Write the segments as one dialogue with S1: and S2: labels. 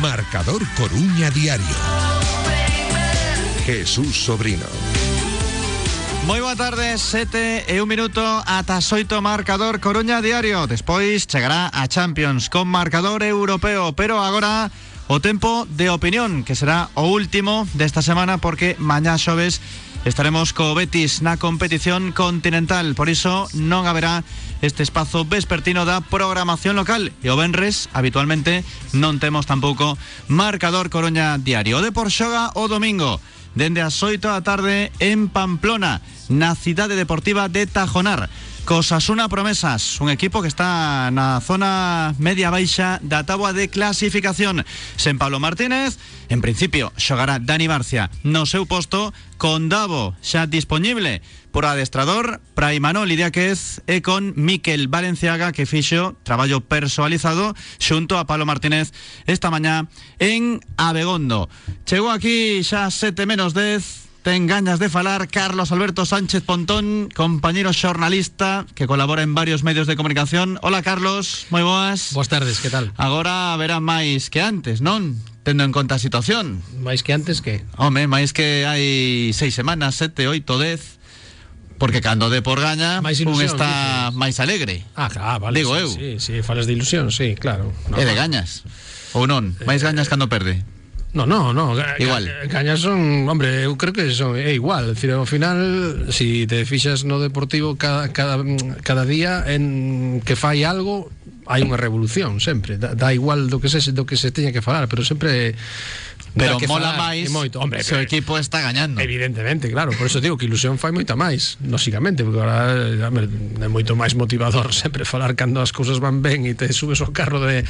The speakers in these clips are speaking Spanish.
S1: Marcador Coruña Diario. Jesús Sobrino.
S2: Moi boa tarde, sete e un minuto ata xoito marcador Coruña Diario. Despois chegará a Champions con marcador europeo, pero agora o tempo de opinión, que será o último desta semana porque mañá xoves estaremos co Betis na competición continental. Por iso non haberá este espazo vespertino da programación local e o Benres habitualmente non temos tampouco marcador Coruña Diario. O de por xoga o domingo dende as 8 da tarde en Pamplona, na cidade deportiva de Tajonar. Cosasuna Promesas, un equipo que está na zona media baixa da táboa de clasificación. Sen Pablo Martínez, en principio, xogará Dani Barcia no seu posto con Davo, xa disponible por adestrador, pra Imanol Idiáquez e con Miquel Valenciaga que fixo traballo personalizado xunto a Pablo Martínez esta mañá en Abegondo. Chegou aquí xa sete menos 10 Ten gañas de falar Carlos Alberto Sánchez Pontón, compañero xornalista que colabora en varios medios de comunicación. Hola Carlos, moi boas.
S3: Boas tardes, que tal?
S2: Agora verá máis que antes, non? Tendo en conta a situación.
S3: Máis que antes que?
S2: Home, máis que hai seis semanas, sete, oito, dez. Porque cando de por gaña,
S3: Máis
S2: un
S3: ilusión,
S2: está máis alegre.
S3: Ah, claro, vale.
S2: Digo
S3: sí,
S2: eu.
S3: Sí, sí, falas de ilusión, sí, claro.
S2: E de gañas. Ou non, máis
S3: Eh,
S2: gañas cando perde.
S3: No, no, no. ga-
S2: Igual.
S3: ga- Gañas son, hombre, eu creo que son é igual, decir, ao final si te fixas no deportivo cada cada cada día en que fai algo hai unha revolución sempre. Da, da igual do que se do que se teña que falar, pero sempre
S2: Pero
S3: dá eh, que
S2: mola
S3: falar,
S2: máis
S3: e moito, hombre,
S2: se o
S3: pero-
S2: equipo está gañando.
S3: Evidentemente, claro, por eso digo que ilusión fai moita máis, lóxicamente, porque ahora eh, home, é moito máis motivador sempre falar cando as cousas van ben e te subes ao carro de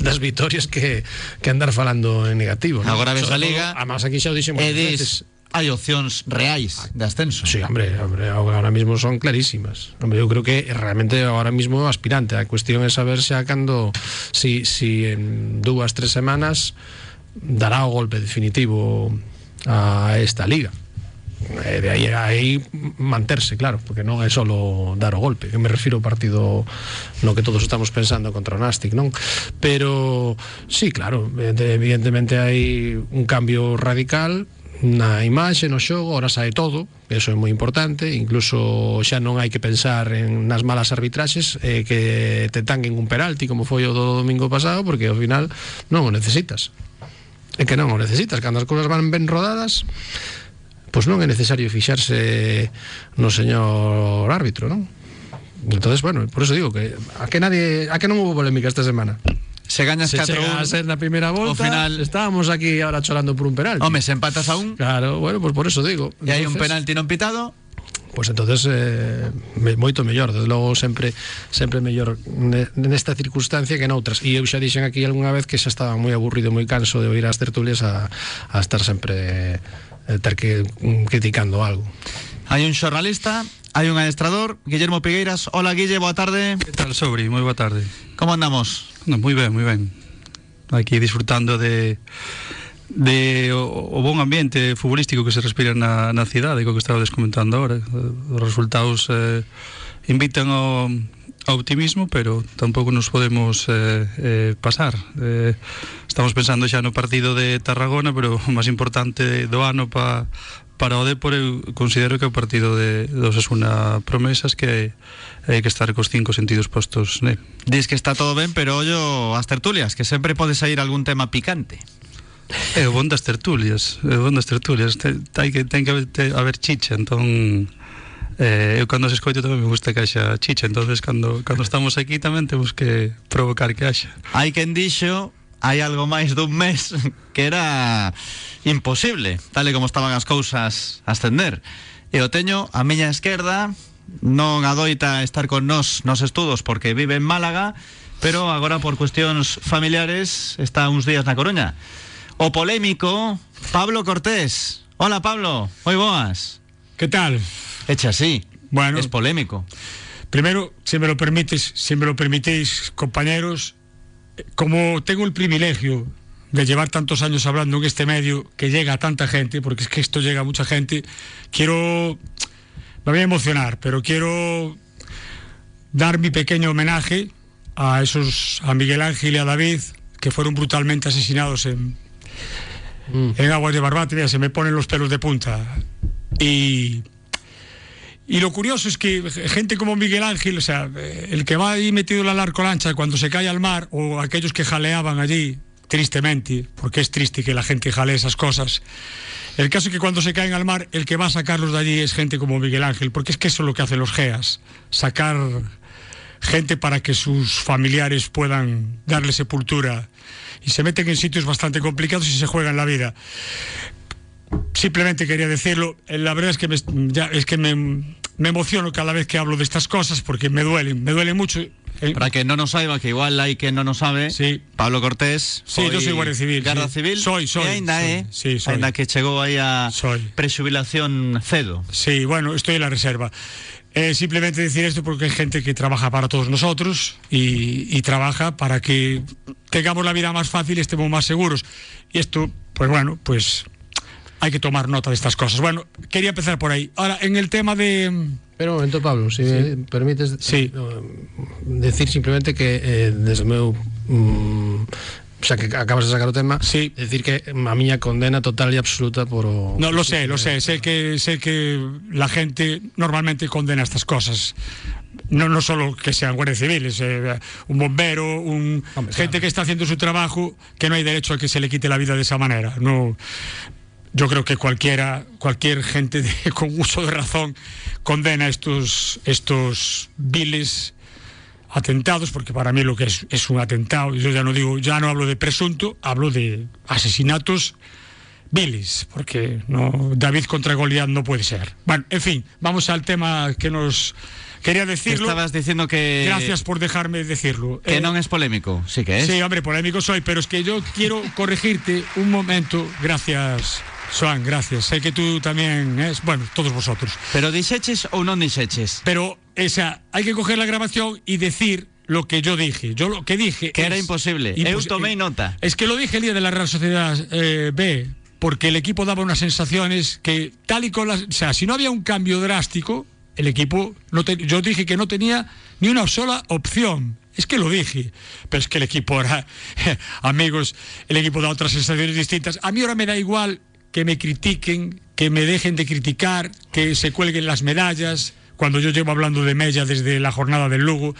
S3: das vitorias que que andar falando en negativo. ¿no?
S2: Agora ves a Liga
S3: Además aquí xa o dixen
S2: E
S3: moitas veces.
S2: dis, hai opcións reais de ascenso.
S3: Sí, hombre, hombre, ahora mismo son clarísimas. Hombre, yo creo que realmente ahora mismo aspirante. La cuestión es saber xa cando si si en dúas tres semanas dará o golpe definitivo a esta liga. Eh, de aí a aí manterse, claro, porque non é solo dar o golpe. Eu me refiro ao partido no que todos estamos pensando contra o Nastic, non? Pero sí, claro, evidente- evidentemente hai un cambio radical na imaxe, no xogo, ahora sae todo, eso é moi importante, incluso xa non hai que pensar en nas malas arbitraxes eh, que te tanguen un penalti como foi o do domingo pasado, porque ao final non o necesitas. É que non o necesitas, cando as cousas van ben rodadas, pois non é necesario fixarse no señor árbitro, non? Entonces, bueno, por eso digo que a que nadie, a que non houve polémica esta semana.
S2: Se gañas
S3: Se chega a
S2: 4-1,
S3: ser na primeira volta,
S2: final-
S3: estábamos aquí ahora chorando por un penalti.
S2: home, se empatas a un,
S3: Claro, bueno, pues por eso digo.
S2: e hai un
S3: Entonces,
S2: penalti non pitado,
S3: Pois entonces eh, me, moito mellor, desde logo sempre sempre mellor ne- nesta circunstancia que noutras. E eu xa dixen aquí algunha vez que xa estaba moi aburrido, moi canso de oír as tertulias a, a estar sempre eh, ter que mm, criticando algo.
S2: hai un xornalista, hai un adestrador, Guillermo Pigueiras. Hola, Guille, boa tarde.
S4: Que tal, Sobri? Moi boa tarde.
S2: Como andamos?
S4: No, moi ben, moi ben. Aquí disfrutando de de o, o bon ambiente futbolístico que se respira na, na cidade, co que estabades comentando ahora. Os resultados eh, invitan ao, ao optimismo, pero tampouco nos podemos eh, eh, pasar. Eh, estamos pensando xa no partido de Tarragona, pero o máis importante do ano pa, para o Depor eu considero que é o partido de dos Asuna Promesas que hai que estar cos cinco sentidos postos nel.
S2: Dis que está todo ben, pero ollo as tertulias, que sempre podes sair algún tema picante.
S4: É o bon das tertulias, é o bon das tertulias, te, hai que ten que haber, te, haber chicha, entón eh, eu cando se escoito tamén me gusta que haxa chicha, entonces cando cando estamos aquí tamén temos que provocar que haxa.
S2: Hai quen dixo hai algo máis dun mes que era imposible, tal e como estaban as cousas ascender. E o teño a miña esquerda, non adoita estar con nós nos estudos porque vive en Málaga, pero agora por cuestións familiares está uns días na Coruña. O polémico Pablo Cortés. Hola Pablo, moi boas.
S5: ¿Qué tal?
S2: Eche así.
S5: Bueno.
S2: es polémico.
S5: Primero, si me lo permites, si me lo permitís, compañeros, eh, como tengo el privilegio de llevar tantos años hablando en este medio que llega a tanta gente, porque es que esto llega a mucha gente, quiero me voy a emocionar, pero quiero dar mi pequeño homenaje a esos a Miguel Ángel y a David que fueron brutalmente asesinados en Mm. En aguas de Barbate, mira, se me ponen los pelos de punta. Y, y lo curioso es que gente como Miguel Ángel, o sea, el que va ahí metido en la narcolancha cuando se cae al mar, o aquellos que jaleaban allí, tristemente, porque es triste que la gente jale esas cosas. El caso es que cuando se caen al mar, el que va a sacarlos de allí es gente como Miguel Ángel, porque es que eso es lo que hacen los GEAS, sacar gente para que sus familiares puedan darle sepultura. Y se meten en sitios bastante complicados y se juegan la vida. Simplemente quería decirlo, eh, la verdad es que me, ya, es que me, me emociono cada vez que hablo de estas cosas porque me duelen, me duelen mucho
S2: para que no nos saiba, que igual hay quien no nos sabe, sí. Pablo Cortés.
S5: Sí, yo soy guardia civil.
S2: Guarda
S5: sí.
S2: civil.
S5: Soy, soy.
S2: E ainda,
S5: soy,
S2: eh,
S5: sí, soy.
S2: Ainda que chegou aí a
S5: Soy.
S2: presubilación cedo.
S5: Sí, bueno, estoy en la reserva. Eh, simplemente decir esto porque hay gente que trabaja para todos nosotros y, y trabaja para que tengamos la vida más fácil y estemos más seguros. Y esto, pues bueno, pues hay que tomar nota de estas cosas. Bueno, quería empezar por ahí. Ahora, en el tema de...
S3: Pero un momento, Pablo, si sí. me permites eh,
S5: Sí.
S3: decir simplemente que eh, desde o meu mm, xa que acabas de sacar o tema,
S5: Sí.
S3: decir que a miña condena total e absoluta por o
S5: No, lo sé, lo sé. Sé que, sé que la gente normalmente condena estas cosas. No, no solo que sean guardias civiles, eh, un bombero, un,
S3: Hombre,
S5: gente
S3: claro.
S5: que está haciendo su trabajo, que no hay derecho a que se le quite la vida de esa manera. No, yo creo que cualquiera, cualquier gente de- con uso de razón condena estos, estos viles atentados, porque para mí lo que es, es un atentado, yo ya no digo, ya no hablo de presunto, hablo de asesinatos viles, porque no, David contra Goliat no puede ser. Bueno, en fin, vamos al tema que nos quería decirlo.
S2: Estabas diciendo que
S5: Gracias por dejarme decirlo.
S2: que
S5: Eh,
S2: non es polémico, sí que es.
S5: Sí, hombre, polémico soy, pero es que yo quiero corregirte un momento. Gracias, Joan, gracias. Sé que tú también, es bueno, todos vosotros.
S2: Pero dixeches ou non dixeches?
S5: Pero, o sea, hay que coger la grabación y decir lo que yo dije. Yo lo que dije.
S2: Que era
S5: es-
S2: imposible. Eu tomei nota.
S5: pues, eh, Es que lo dije el día de la Real Sociedad eh, B, porque el equipo daba unas sensaciones que, tal y con las. O sea, si no había un cambio drástico, el equipo. No te- yo dije que no tenía ni una sola opción. Es que lo dije. Pero es que el equipo ahora. amigos, el equipo da otras sensaciones distintas. A mí ahora me da igual que me critiquen, que me dejen de criticar, que se cuelguen las medallas. Cuando yo llevo hablando de Mella desde la jornada del Lugo,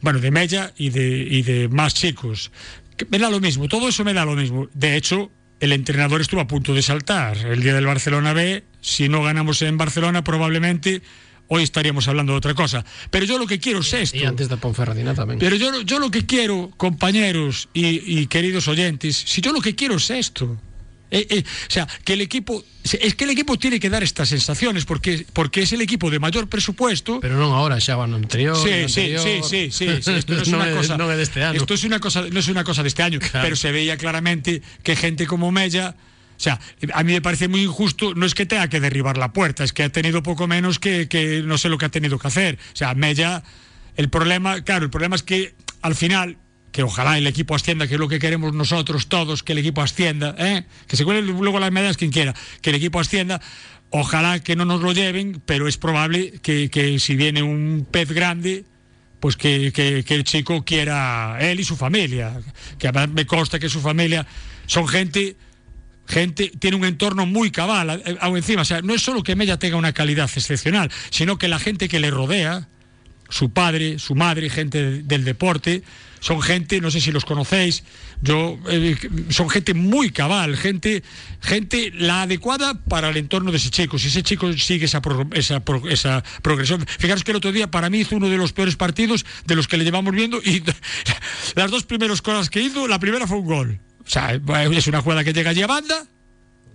S5: bueno, de Mella y de, y de más chicos. Que Me da lo mismo, todo eso me da lo mismo. De hecho, el entrenador estuvo a punto de saltar el día del Barcelona B. Si no ganamos en Barcelona, probablemente hoy estaríamos hablando de otra cosa. Pero yo lo que quiero es esto.
S3: e antes da Ponferradina tamén.
S5: Pero yo, yo lo que quiero, compañeros y, y queridos oyentes, si yo lo que quiero es esto. Eh, eh, o sea, que el equipo. Es que el equipo tiene que dar estas sensaciones porque, porque es el equipo de mayor presupuesto.
S3: Pero non agora, xa o ano anterior, o
S5: Sí, sí,
S3: anterior.
S5: sí, sí, sí, sí, Esto no este es
S3: non
S5: una
S3: é-
S5: cosa.
S3: non é deste ano.
S5: Esto es una cosa, no es una cosa de este año.
S3: Claro.
S5: Pero se veía claramente que gente como Mella. O sea, a mí me parece muy injusto, no es que tenga que derribar la puerta, es que ha tenido poco menos que, que no sé lo que ha tenido que hacer. O sea, Mella, el problema, claro, el problema es que al final, que ojalá el equipo ascienda, que es lo que queremos nosotros todos, que el equipo ascienda, ¿eh? que se cuelen luego las medallas quien quiera, que el equipo ascienda, ojalá que no nos lo lleven, pero es probable que, que si viene un pez grande, pues que, que- que el chico quiera él y su familia. Que además me consta que su familia son gente, gente, tiene un entorno muy cabal, eh, aún encima. O sea, no es solo que Mella tenga una calidad excepcional, sino que la gente que le rodea, su padre, su madre, gente de- del deporte, son gente, no sé si los conocéis, yo eh, son gente muy cabal, gente, gente la adecuada para el entorno de ese chico. Si ese chico sigue esa, pro- esa, pro- esa progresión. Fijaros que el otro día para mí hizo uno de los peores partidos de los que le llevamos viendo y las dos primeras cosas que hizo, la primera fue un gol. O sea, es una jugada que llega allí a banda,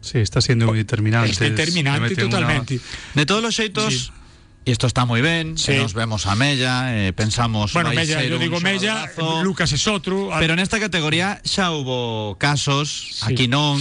S4: Sí, está siendo muy determinante.
S5: es
S4: es- le
S5: determinante
S4: mete una-
S5: totalmente.
S2: De todos los xeitos, y esto está muy bien,
S5: Sí.
S2: que nos vemos a Mella, eh, pensamos
S5: Bueno,
S2: vai
S5: Mella,
S2: ser
S5: yo
S2: un
S5: digo Mella,
S2: sobrabrazo.
S5: Lucas es otro.
S2: Pero nesta categoría xa hubo casos, aquí non,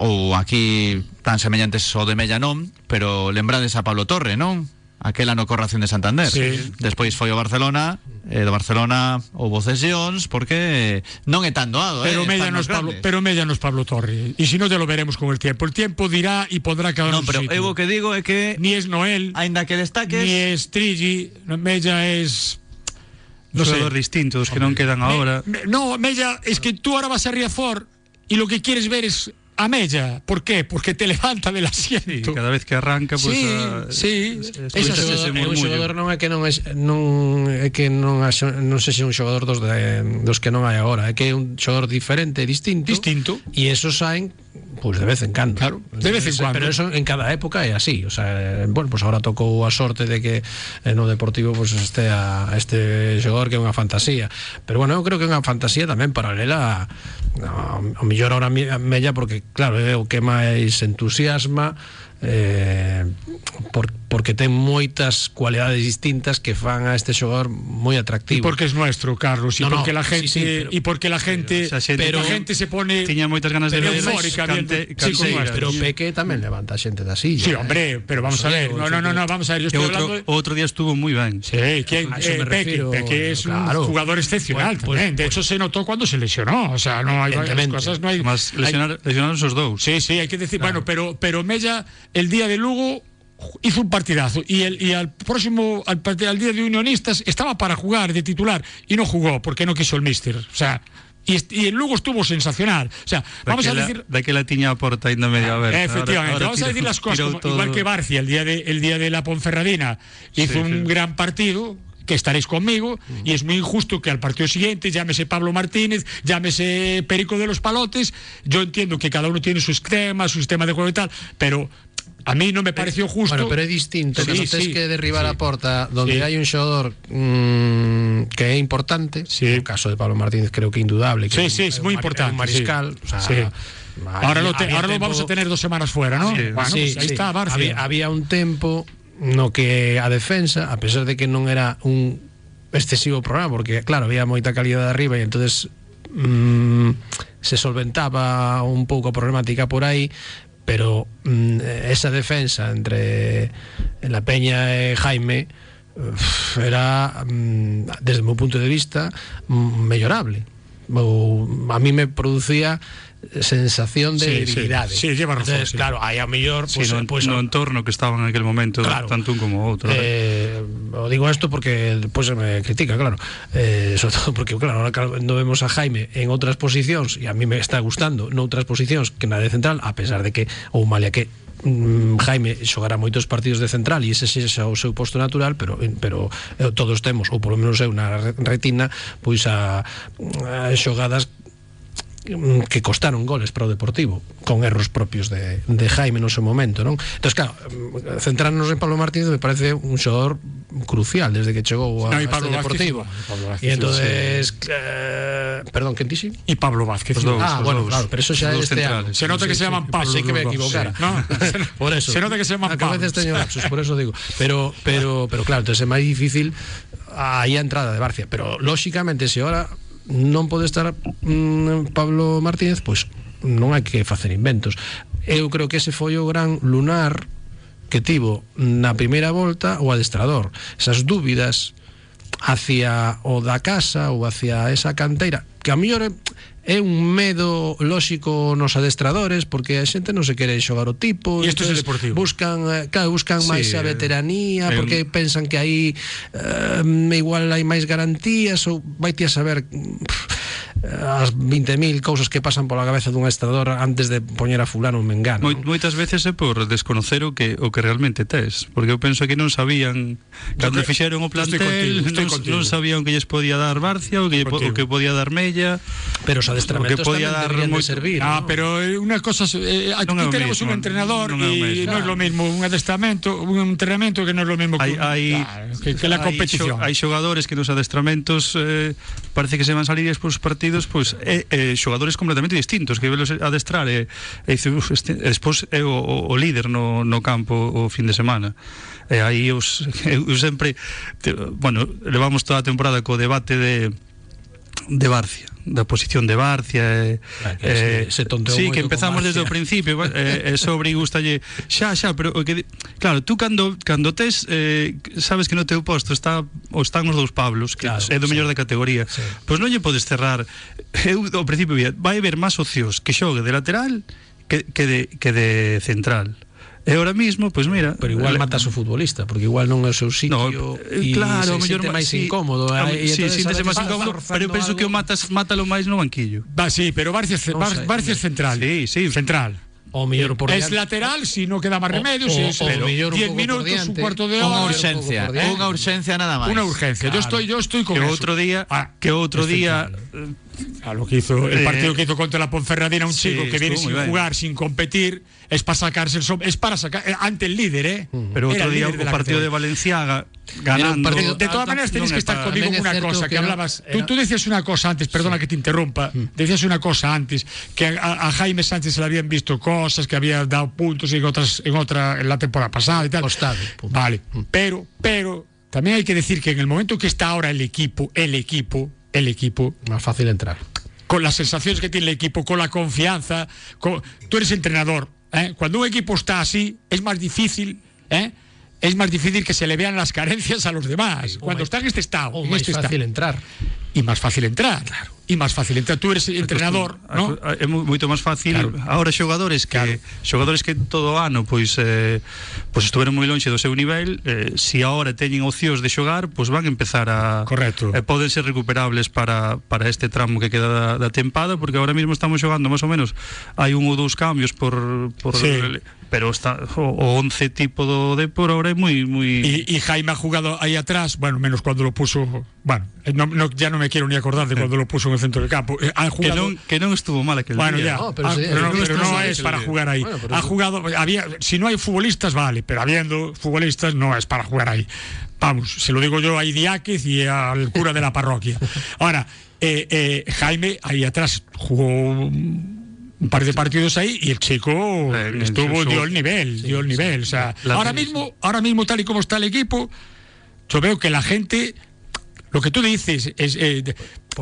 S2: ou aquí tan semellantes ao de Mella non, pero lembrades a Pablo Torre, non? Aquela no Corración de Santander.
S5: Sí.
S2: Despois foi ao Barcelona, e do Barcelona houbo cesións, porque eh, non é tan doado, eh,
S5: Pero
S2: están
S5: Mella, no es
S2: nos
S5: Pablo,
S2: grandes.
S5: pero Mella no es Pablo Torre. Y si no, ya lo veremos con el tiempo. El tiempo dirá y podrá cada
S2: Non,
S5: uno en su
S2: pero
S5: sitio.
S2: eu o que digo é que,
S5: Ni es Noel,
S2: aínda que destaques...
S5: ni es Trigi, no, Mella es... No
S4: Dos
S5: sé.
S4: jugadores distintos que no quedan ahora.
S5: Me- No, Mella, es que tú ahora vas a Riazor y lo que quieres ver es a Mella. ¿Por qué? Porque te levanta del
S4: Sí,
S5: asiento.
S4: cada vez que arranca, pois
S5: Sí,
S4: ah,
S5: sí.
S4: es-
S3: É un
S4: escuchas
S5: Esa-
S4: ese
S3: xogador, é un xogador non
S4: murmullo.
S3: é que non é non é que non aso- non sei se é un xogador dos de, dos que non hai agora, é que é un xogador diferente, distinto.
S5: Distinto.
S3: E eso saen pois de vez en cando.
S5: Claro, de vez en
S3: Ese-
S5: cuando.
S3: Pero eso en cada época é así, o sea, eh, bueno, pois agora tocou a sorte de que eh, no Deportivo pois este a este xogador que é unha fantasía. Pero bueno, eu creo que é unha fantasía tamén paralela a, a, ao mellor ahora mi- a Mella porque claro, é o que máis entusiasma eh, por, porque ten moitas cualidades distintas que fan a este xogador moi
S5: Y
S3: atractivo.
S5: porque es nuestro, Carlos, y
S3: No, no,
S5: porque la
S3: sí,
S5: gente
S3: sí, pero-
S5: y porque la gente,
S4: esa xente
S5: la
S4: tiña-
S5: gente se pone
S4: Tiña moitas ganas de
S5: Pero
S4: ver
S5: eufórica,
S4: cante,
S5: bien,
S4: cante,
S5: sí, con
S4: cante-
S5: máis,
S3: pero Peque tamén levanta xente da silla.
S5: Sí,
S3: eh.
S5: hombre, pero vamos
S3: Eso
S5: a ver.
S3: digo,
S5: No, no, no, no, vamos a ver. Yo
S4: Que
S5: estoy hablando
S4: outro, outro
S5: de...
S4: día estuvo moi ben.
S5: Sí, ¿quién?
S3: A eso
S5: Eh,
S3: me
S5: Peque,
S3: refiero,
S5: Peque es
S3: claro.
S5: un jugador excepcional
S3: Pues- pues-
S5: también. De hecho, se notó cuando se lesionó. O sea, no hay varias
S3: Evidentemente.
S5: cosas, no hay.
S4: Mas
S5: hay-
S4: lesionar, lesionaron os dous.
S5: Sí, sí, hay que decir. Bueno, pero, pero Mella, el día de Lugo, ju- hizo un partidazo. Y, el, y al próximo, al, part- al día de Unionistas, estaba para jugar de titular. Y no jugó, porque no quiso el míster. O sea, y, est- y el Lugo estuvo sensacional. O sea, vamos a
S4: daquela,
S5: decir. Eh,
S4: Daquela tiña a porta ainda medio aberta.
S5: Efectivamente, vamos a decir las cosas. como- igual que Barcia, el día de, el día de la Ponferradina, hizo
S4: Sí,
S5: un
S4: sí.
S5: gran partido que estaréis conmigo, y es muy injusto que al partido siguiente llámese Pablo Martínez, llámese Perico de los Palotes, yo entiendo que cada uno tiene sus temas, su sistema de juego y tal, pero a mí no me pareció justo.
S3: Bueno, pero é distinto que
S5: Sí,
S3: non tes
S5: sí,
S3: que derribar a porta donde
S5: Sí.
S3: hai un xogador mm, que é importante,
S5: Sí.
S3: no caso de Pablo Martínez creo que indudable, que
S5: Sí, sí, es
S3: un
S5: muy
S3: mar-
S5: importante,
S3: un mariscal, o
S5: sí.
S3: sea,
S5: Sí.
S3: ahí
S5: ahora lo, te-
S3: había
S5: ahora lo vamos
S3: tempo-
S5: a tener dos semanas fuera, ¿no?
S4: Sí,
S5: bueno,
S3: Sí,
S5: pues ahí
S3: sí.
S5: está Barcia.
S3: Había, había un tempo no que a defensa, a pesar de que non era un excesivo programa, porque claro, había moita calidad arriba e entonces mm, se solventaba un pouco a problemática por aí, pero mm, esa defensa entre la Peña e Jaime uf, era mm, desde mi punto de vista mm, mellorable. Ou, a mí me producía sensación de
S5: Sí, sí.
S3: debilidade.
S5: Sí, lleva razón,
S3: Entonces,
S5: sí.
S3: claro, Claro, aí ao mellor
S4: Sí,
S3: pois,
S4: no,
S3: pois,
S5: ah.
S4: no entorno que estaba en aquel momento,
S3: Claro.
S4: tanto un como outro. Eh,
S3: Eh, o digo esto porque después se me critica, claro. Eh, sobre todo porque, claro, ahora cuando vemos a Jaime en otras posicións, e a mí me está gustando, noutras posicións que na de central, a pesar de que, ou malia que mm, Jaime xogará moitos partidos de central e ese xa é o seu posto natural, pero pero eh, todos temos, ou polo menos eu na re- retina, pois a, a xogadas mm, que costaron goles para o Deportivo con erros propios de, de Jaime no seu momento, non? Entón, claro, mm, centrarnos en Pablo Martínez me parece un xogador crucial desde que chegou a,
S5: No,
S3: a este
S5: y Pablo Vázquez,
S3: Deportivo.
S5: no, Pablo Vázquez,
S3: E entonces, eh, perdón, que dixi?
S5: Y Pablo Vázquez.
S4: Los Pues dos.
S3: Ah,
S5: Ah,
S4: os
S3: bueno,
S4: dous,
S3: claro, pero eso
S4: os
S3: xa é
S4: dous
S3: este ano.
S4: centrales.
S5: Se nota que se llaman Pablo
S3: Pensei que me
S5: los dos,
S3: equivocara.
S5: sí. No, se no-
S3: Por eso.
S5: se nota que se llaman
S3: A veces
S5: Pablos.
S3: teño lapsus, por eso digo. Pero, pero, pero claro, entonces é máis difícil aí a entrada de Barcia. Pero, lóxicamente, se ahora non pode estar mm, Pablo Martínez, pois non hai que facer inventos. Eu creo que ese foi o gran lunar que tivo na primeira volta o adestrador. Esas dúbidas hacia o da casa ou hacia esa canteira que a mellor é, é un medo lóxico nos adestradores porque a xente non se quere xogar o tipo
S5: E isto é
S3: entonces
S5: deportivo.
S3: buscan, eh, claro, buscan
S4: Sí,
S3: máis a
S4: eh,
S3: veteranía
S4: hai un-
S3: porque pensan que aí eh, igual hai máis garantías ou vai ti a saber pff, as 20.000 cousas que pasan pola cabeza dun adestrador antes de poñer a fulano un
S5: Eh,
S3: mengano
S4: Moi,
S3: non?
S4: moitas veces é por desconocer o que o que realmente tes, porque eu penso que non sabían cando
S5: que-
S4: fixeron o
S5: eu estoy
S4: plantel,
S5: contigo, estoy
S4: non,
S5: contigo.
S4: non sabían o que lles podía dar Barcia, o que, lle po- o
S5: Contigo.
S4: que podía dar Mella.
S3: pero os adestramentos
S4: Porque podía
S3: tamén
S4: dar
S3: deberían de
S4: moito-
S3: servir
S5: Ah,
S3: non?
S5: pero eh, unas cosas. eh, aquí
S4: Non é o
S5: tenemos
S4: mismo,
S5: un entrenador
S4: non é o
S5: y
S4: mesmo.
S5: no es lo mismo un adestramento, un entrenamiento que no es lo mismo que,
S4: Hai
S5: un-
S4: hai
S5: Claro, que, que la
S4: hai xo-
S5: competición.
S4: Hai xogadores que nos adestramentos eh, parece que se van salir despois dos partidos, pois eh, eh, xogadores completamente distintos que velos adestrar e eh, e eh, este despois é o, o, o líder no, no campo o fin de semana. E eh, aí eu, eu sempre te, bueno, levamos toda a temporada co debate de de Barcia da posición de Barcia e,
S3: Ah, que se- se tonteou
S4: sí,
S3: moito
S4: que
S3: con
S4: empezamos desde o
S3: Barcia.
S4: principio va- eh, eh, sobre gustalle xa, xa, pero o que di- claro, tú cando cando tes eh, sabes que no teu posto está o están os dous Pablos, que
S3: Claro,
S4: claro, é do
S3: sí.
S4: mellor da categoría.
S3: Sí.
S4: Sí. Pois non lle podes cerrar. Eu ao principio vía, vai haber máis ocios que xogue de lateral que que de que de central. E ahora mismo, pois pues mira,
S3: Pero igual
S4: le-
S3: matas o futbolista, porque igual non é o seu sitio
S4: No,
S3: e
S4: eh, claro,
S3: se
S4: mellor
S3: sinte
S4: ma-
S3: máis
S4: sí,
S3: incómodo.
S4: a-
S3: eh, e
S4: sí,
S3: entonces
S4: síntese
S3: a veces
S4: máis
S3: vas
S4: incómodo,
S3: forzando
S4: pero eu penso que o
S3: algo.
S4: matas mátalo máis no banquillo.
S5: Va, sí, pero Barcia, es-
S3: No sé,
S5: Bar- Barcia es central.
S4: Sí, sí.
S5: Central.
S3: o mellor por
S5: es
S3: diante-
S5: lateral si no queda más remedio. si es- pero
S3: mellor un
S5: 10
S3: pouco por
S5: minutos, un
S3: diante,
S5: cuarto de
S3: o
S5: hora.
S2: Una
S3: un
S2: urgencia,
S3: poco por diante.
S2: una urgencia nada más.
S5: Una urgencia. Yo estoy, yo estoy con
S4: Que
S5: eso.
S4: outro día,
S5: Ah,
S4: que outro
S5: estoy
S4: día
S5: claro. A lo que hizo
S4: Eh,
S5: el partido que hizo contra la Ponferradina, un
S4: sí,
S5: chico que viene
S4: estuvo muy
S5: sin
S4: bien.
S5: jugar, sin competir, es para sacarse el som- es para sacar eh, ante el líder, ¿eh?
S4: Pero outro
S5: Era el
S4: día
S5: líder
S4: o
S5: la
S4: partido de
S5: categoría.
S4: Valenciaga ganando.
S5: de, de
S3: Ah,
S5: todas maneras
S4: non
S5: tenéis que
S4: é para-
S5: estar conmigo
S3: Tamén
S5: en
S3: é
S5: una
S3: certo
S5: cosa,
S3: que
S5: que
S3: era-
S5: hablabas,
S3: era- Mm.
S5: tú, tú decías una cosa antes, perdona que te interrumpa, decías una cosa antes, que a, a- a Jaime Sánchez se le habían visto cosas, que había dado puntos en otras, en otra, en la temporada pasada y tal.
S3: Costado, Pues punto. Mm.
S5: Vale, pero, pero, también hay que decir que en el momento que está ahora el equipo, el equipo, el equipo,
S3: Más fácil entrar.
S5: con las sensaciones que tiene el equipo, con la confianza. con- Tú eres entrenador. ¿eh? Cuando un equipo está así, es más difícil. ¿eh? Es más difícil que se le vean las carencias a los demás. Cuando
S3: más-
S5: está en este estado,
S4: Oh,
S3: O
S5: en
S3: máis
S5: este
S3: fácil
S5: estado.
S3: entrar.
S5: y más fácil entrar. Y más fácil entrar. Tú eres entrenador, ¿no?
S4: A- É ah, mu- moito máis fácil
S5: Claro.
S4: agora xogadores que
S5: Claro.
S4: xogadores que todo o ano pois eh, pois estuveron moi lonxe do seu nivel, eh, si agora teñen ocios de xogar, pois van empezar a
S5: Correcto.
S4: eh, poden ser recuperables para para este tramo que queda da, da tempada, porque agora mesmo estamos xogando máis ou menos hai un ou dous cambios por por
S5: Sí.
S4: pero está o, o 11 tipo do Depor agora é moi moi
S5: Y, y Jaime ha jugado ahí atrás, bueno, menos cuando lo puso. Bueno, eh, no- no- ya no me quiero ni acordar de cuando lo puso en el centro del campo. Eh, Han
S4: que
S5: jugado.
S4: non que non estuvo mal aquel
S5: Bueno,
S4: día.
S5: ya.
S3: No,
S5: Ah,
S3: pero
S5: pero,
S3: sí,
S5: no,
S3: pero
S5: pero
S3: no
S5: no
S3: es
S5: es para
S3: el-
S5: jugar ahí.
S3: Bueno, pero
S5: ha
S3: sí.
S5: jugado, había, si no hay futbolistas, vale, pero habiendo futbolistas, no es para jugar ahí. Vamos, se lo digo yo a Idiáquez y al cura de la parroquia. Ahora, eh, eh, Jaime ahí atrás jugó un un par de partidos ahí y el chico
S4: Eh, en
S5: estuvo,
S4: su-
S5: dio el nivel, dio el nivel. O sea,
S4: La-
S5: ahora
S4: sí.
S5: mismo, ahora mismo, tal y como está el equipo, yo veo que la gente lo que tú dices es eh, de-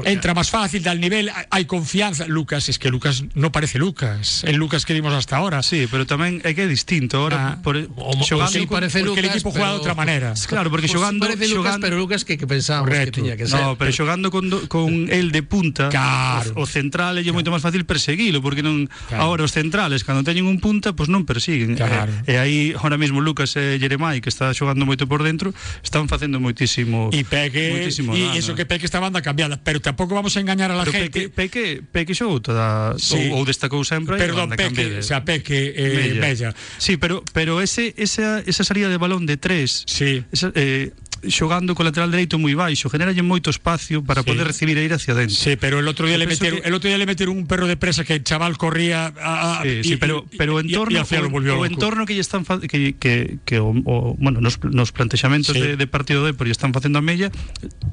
S5: entra más fácil, da el nivel, hay- hay confianza. Lucas, es que Lucas no parece Lucas, el Lucas que vimos hasta ahora.
S4: Sí, pero tamén é que é distinto
S5: Ah.
S4: ahora por,
S3: O, o sí
S4: con-
S3: parece
S5: porque el
S3: Lucas,
S5: equipo juega
S3: pero-
S5: de otra manera.
S4: Claro, porque
S3: O sí
S4: xogando-
S3: parece Pues, Lucas,
S4: xogando-
S3: pero Lucas que, que pensábamos que
S5: Correcto.
S3: tiña que ser.
S4: No, pero xogando con, do- con el de punta
S5: Claro.
S4: O, o central é moito máis fácil perseguilo Porque non
S5: Claro.
S4: agora os centrales Cando teñen un punta, pois non persiguen
S5: Claro.
S4: E, e aí, ahora mesmo Lucas e Jeremai Que está xogando moito por dentro Están facendo moitísimo
S5: Y Peque,
S4: moitísimo dano.
S5: y eso que Peque está banda cambiada, pero tampoco vamos a engañar a la
S4: Pero Peque,
S5: gente.
S4: Peque, Peque xogou toda
S5: Sí.
S4: ou, ou destacou sempre aí
S5: Perdón,
S4: na banda
S5: Peque,
S4: cambiada.
S5: o sea, Peque, eh,
S4: Mella.
S5: Mella.
S4: Sí, pero pero ese esa, esa salida de balón de tres
S5: Sí.
S4: esa, eh, xogando co lateral dereito moi baixo generalle moito espacio para
S5: Sí.
S4: poder recibir e ir hacia dentro.
S5: Sí, pero el otro día
S4: Yo
S5: le
S4: pienso
S5: metieron,
S4: que-
S5: el otro día le metieron un perro de presa que el chaval corría a- a-
S4: Sí, Eh,
S5: y-
S4: sí, pero
S5: y-
S4: pero o
S5: y- y
S4: entorno
S5: al final lo
S4: o,
S5: volvió
S4: o
S5: loco.
S4: entorno que lle están fa- que que, que o, o, bueno, nos, nos plantexamentos
S5: Sí.
S4: de, de partido de Depor lle están facendo a Mella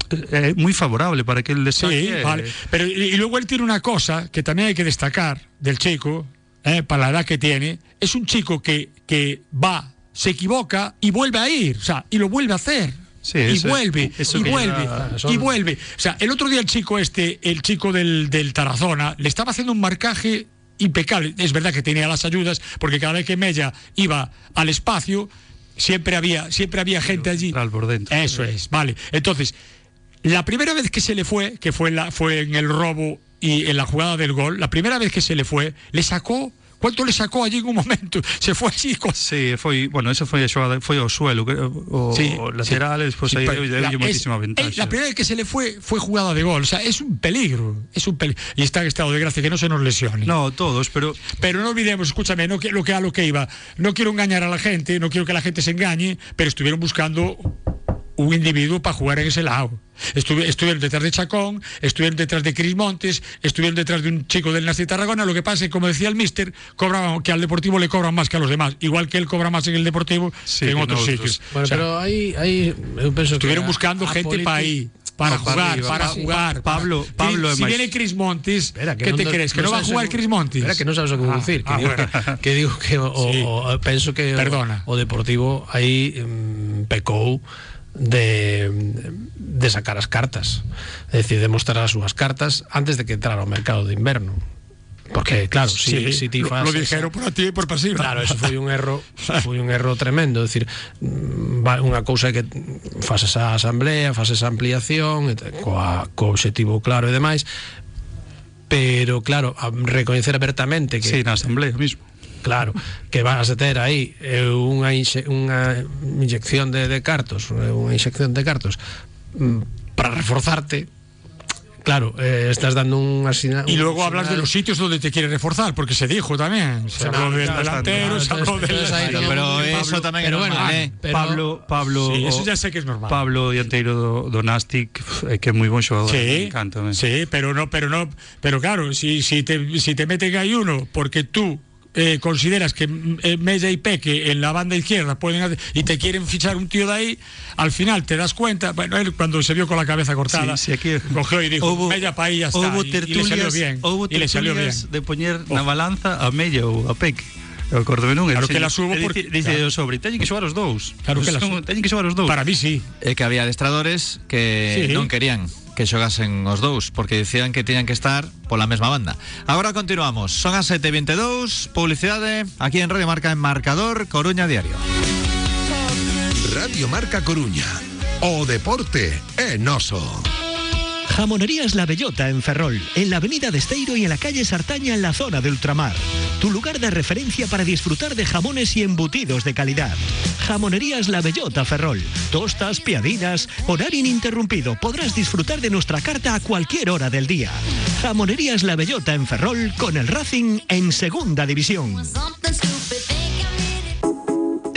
S4: é eh, moi favorable para que el
S5: Sí,
S4: destaque. eh,
S5: vale. Pero, y, y luego él tiene una cosa que también hay que destacar del chico, eh, para la edad que tiene. Es un chico que, que va, se equivoca y vuelve a ir, o sea, y lo vuelve a hacer.
S4: Sí,
S5: y
S4: eso-
S5: vuelve,
S4: eso
S5: y
S4: que ya-
S5: vuelve, y
S3: son-
S5: vuelve. O sea, el otro día el chico este, el chico del, del Tarazona, le estaba haciendo un marcaje impecable. Es verdad que tenía las ayudas, porque cada vez que Mella iba al espacio, siempre había, siempre había gente allí. Eh.
S4: lateral por dentro.
S5: Eso es, vale. Entonces, la primera vez que se le fue, que fue en, la, fue en el robo y en la jugada del gol, la primera vez que se le fue, le sacó. ¿Cuánto le sacó allí en un momento? Se fue allí con.
S4: Sí, foi, bueno, esa foi a xogada, foi ao suelo, que- o,
S5: Sí,
S4: o lateral, e despois
S5: Sí,
S4: aí
S5: pero
S4: deu
S5: la- es-
S4: moitísima ventaxa.
S5: es- la primera vez que se le fue fue jugada de gol. O sea, es un peligro. Es un peligro. Y está en estado de gracia, que no se nos lesione.
S4: No, todos, pero
S5: Pero no olvidemos, escúchame, no que, lo que a lo que iba. No quiero engañar a la gente, no quiero que la gente se engañe, pero estuvieron buscando un individuo para jugar en ese lado. Estuvi- estuvieron detrás de Chacón, estuvieron detrás de Cris Montes, estuvieron detrás de un chico del Nasti Tarragona. Lo que pasa es que, como decía el mister, cobraban, que al Deportivo le cobran más que a los demás. Igual que él cobra más en el Deportivo
S4: Sí,
S5: que en
S4: que en
S5: otros
S4: otros.
S5: sitios.
S3: Bueno,
S5: O sea,
S3: pero aí, aí eu penso que
S5: estuvieron
S3: a-
S5: buscando
S3: a
S5: gente
S3: politi-
S5: para ahí. Para
S4: No, para
S5: jugar,
S4: arriba.
S5: para
S4: Sí.
S5: jugar.
S4: Pablo-
S5: para-
S4: Pablo
S5: Si
S4: es
S5: viene
S4: más-
S5: Cris Montes,
S3: Espera, que
S5: ¿qué
S3: non
S5: te
S3: do-
S5: crees? ¿Que no, va a
S3: sabes
S5: jugar
S3: o-
S5: Cris Montes?
S3: Espera, que non sabes o que vou
S5: Ah,
S3: dicir, que,
S5: ah,
S3: digo,
S5: bueno.
S3: que digo que o, o-
S5: Sí.
S3: o- penso que o-
S5: Perdona.
S3: o Deportivo aí mm, pecou de, de sacar as cartas é dicir, de mostrar as súas cartas antes de que entrara ao mercado de inverno porque claro, si, si ti
S5: lo,
S3: fas
S5: lo
S3: esa-
S5: dijeron por activa y por pasiva.
S3: Claro, eso foi un erro, foi un erro tremendo, é dicir, mm, va- unha cousa é que fas esa asamblea, fas esa ampliación, e te- coa co obxectivo claro e demais, pero claro, a recoñecer abertamente que
S4: sí, na asamblea mismo.
S3: Claro, que vas a ter aí eh, unha, inxe, unha inyección de, de cartos, eh, unha inxección de cartos mm, para reforzarte. Claro, eh, estás dando un asigna-
S5: Y
S3: un
S5: luego hablas de
S3: sinal-
S5: los sitios donde te quiere reforzar, porque se dijo también. Se habló del delantero, se habló del.
S3: Entonces, ahí
S2: Pero
S3: Pablo-
S2: eso tamén é
S3: pero
S2: normal,
S3: bueno,
S2: eh.
S3: pero-
S4: Pablo, Pablo,
S5: Sí, eso
S4: o-
S5: ya sé que es normal.
S4: Pablo dianteiro do, do Nastic, é eh, que é moi bon xogador, me
S5: Sí,
S4: encanta. me.
S5: sí, pero no, pero no, pero claro, si, si te si te meten ahí uno porque tú eh, consideras que mm, eh, Mella y Peque en la banda izquierda pueden hacer- y te quieren fichar un tío de ahí, al final te das cuenta, bueno, él cuando se vio con la cabeza cortada,
S4: Sí, sí, aquí-
S5: cogió y dijo, Mella para ahí ya está,
S4: houbo
S5: y, y le salió
S4: tertulias-
S5: bien,
S4: houbo
S5: y le salió bien.
S4: tertulias de poñer na balanza a Mella ou a Peque. Eu acordo non,
S5: Claro que la subo porque-
S4: dice, dice o
S5: claro.
S4: sobre, teñen que xogar os dous.
S5: Claro que la
S4: Son-
S5: subo.
S4: Teñen que xogar os dous.
S5: Para mí sí.
S2: É Eh, que había adestradores que
S5: Sí.
S2: non querían que xogasen os dous Porque decían que tiñan que estar pola mesma banda Agora continuamos, son as e 7.22 Publicidade aquí en Radio Marca en Marcador Coruña Diario
S1: Radio Marca Coruña. O deporte en oso.
S6: Jamonerías La Bellota en Ferrol, en la avenida de Esteiro y en la calle Sartaña en la zona de Ultramar. Tu lugar de referencia para disfrutar de jamones y embutidos de calidad. Jamonerías La Bellota Ferrol. Tostas, piadinas, horario ininterrumpido. Podrás disfrutar de nuestra carta a cualquier hora del día. Jamonerías La Bellota en Ferrol con el Racing en Segunda División.
S7: Something stupid, think I need it.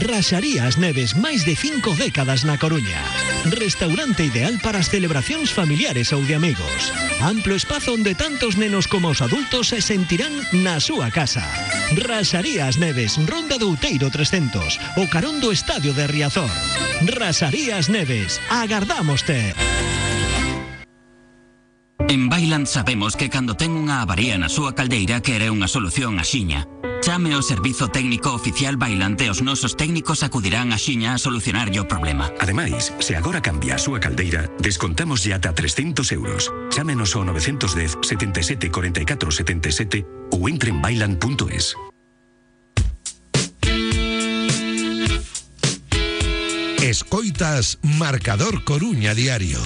S6: Raxarías Neves máis de cinco décadas na Coruña. Restaurante ideal para as celebracións familiares ou de amigos. Amplo espazo onde tantos nenos como os adultos se sentirán na súa casa. Raxarías Neves, Ronda do Outeiro 300, o carón do Estadio de Riazor. Raxarías Neves, agardámoste.
S8: En Bailand sabemos que cando ten unha avaría na súa caldeira quere unha solución a xiña. Chame o servizo técnico oficial Bailand e os nosos técnicos acudirán a xiña a solucionarlle o problema.
S9: Ademais, se agora cambia a súa caldeira, descontamos ya ata 300 euros. Chámenos ao 910 77 44 77 ou entre en bailan.es.
S1: Escoitas Marcador Coruña Diario.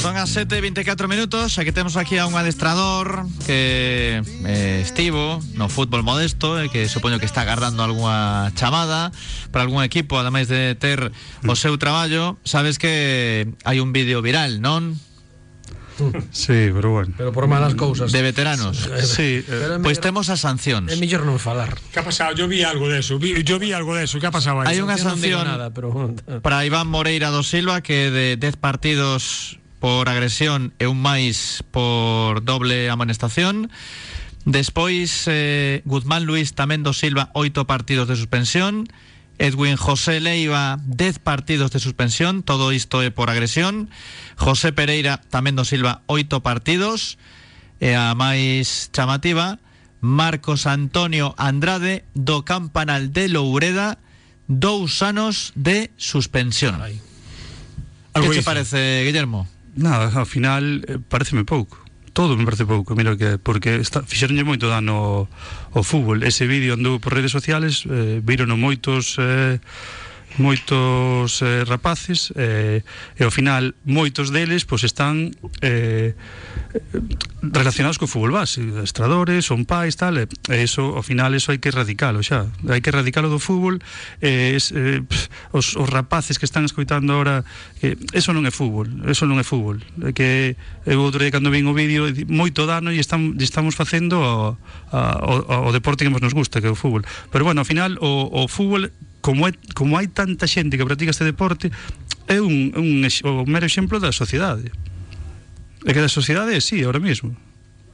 S2: Son as 7.24 minutos, xa que temos aquí a un adestrador que eh, estivo no fútbol modesto e que supoño que está agardando algunha chamada para algún equipo, ademais de ter o seu traballo. Sabes que hai un vídeo viral, non?
S4: Sí, pero bueno.
S3: Pero por
S4: Mm,
S3: malas cousas.
S2: De veteranos.
S4: Sí, eh,
S3: Pero é
S2: Pois
S3: mellor-
S2: temos as sancións.
S3: É mellor non falar.
S5: ¿Qué ha pasado? Yo vi algo de eso. vi- yo vi algo de eso. ¿Qué ha pasado ahí?
S2: Hay unha
S3: Yo non
S2: sanción
S3: digo nada, pero
S2: para Iván Moreira do Silva que de 10 partidos por agresión e un máis por doble amonestación. Despois eh, Guzmán Luis tamén do Silva 8 partidos de suspensión. Edwin José Leiva 10 partidos de suspensión, todo isto é por agresión. José Pereira tamén do Silva 8 partidos. E a máis chamativa, Marcos Antonio Andrade do Campanal de Loureda dous anos de suspensión.
S3: Carai.
S2: Que
S5: Algo
S2: te
S5: hizo.
S2: parece, Guillermo?
S4: Nada, ao final eh, pareceme pouco. Todo me parece pouco, mira que porque está fixeronlle moito dano ao, ao fútbol. Ese vídeo andou por redes sociales, eh, virono moitos eh, moitos eh, rapaces eh, e ao final moitos deles pois están eh, relacionados co fútbol base, estradores, son pais, tal, e e iso, ao final, iso hai que erradicalo xa, hai que erradicalo do fútbol, e es, eh, pf, os, os rapaces que están escoitando ahora, que eso non é fútbol, eso non é fútbol, É que eu outro día cando vin o vídeo, di- moito dano e están, lle estamos facendo ao, ao, ao deporte que máis nos gusta, que é o fútbol, pero bueno, ao final, o, o fútbol, como, é, como hai tanta xente que practica este deporte, é un, un, ex- o mero exemplo da sociedade, É que da sociedade, sí, ahora mismo.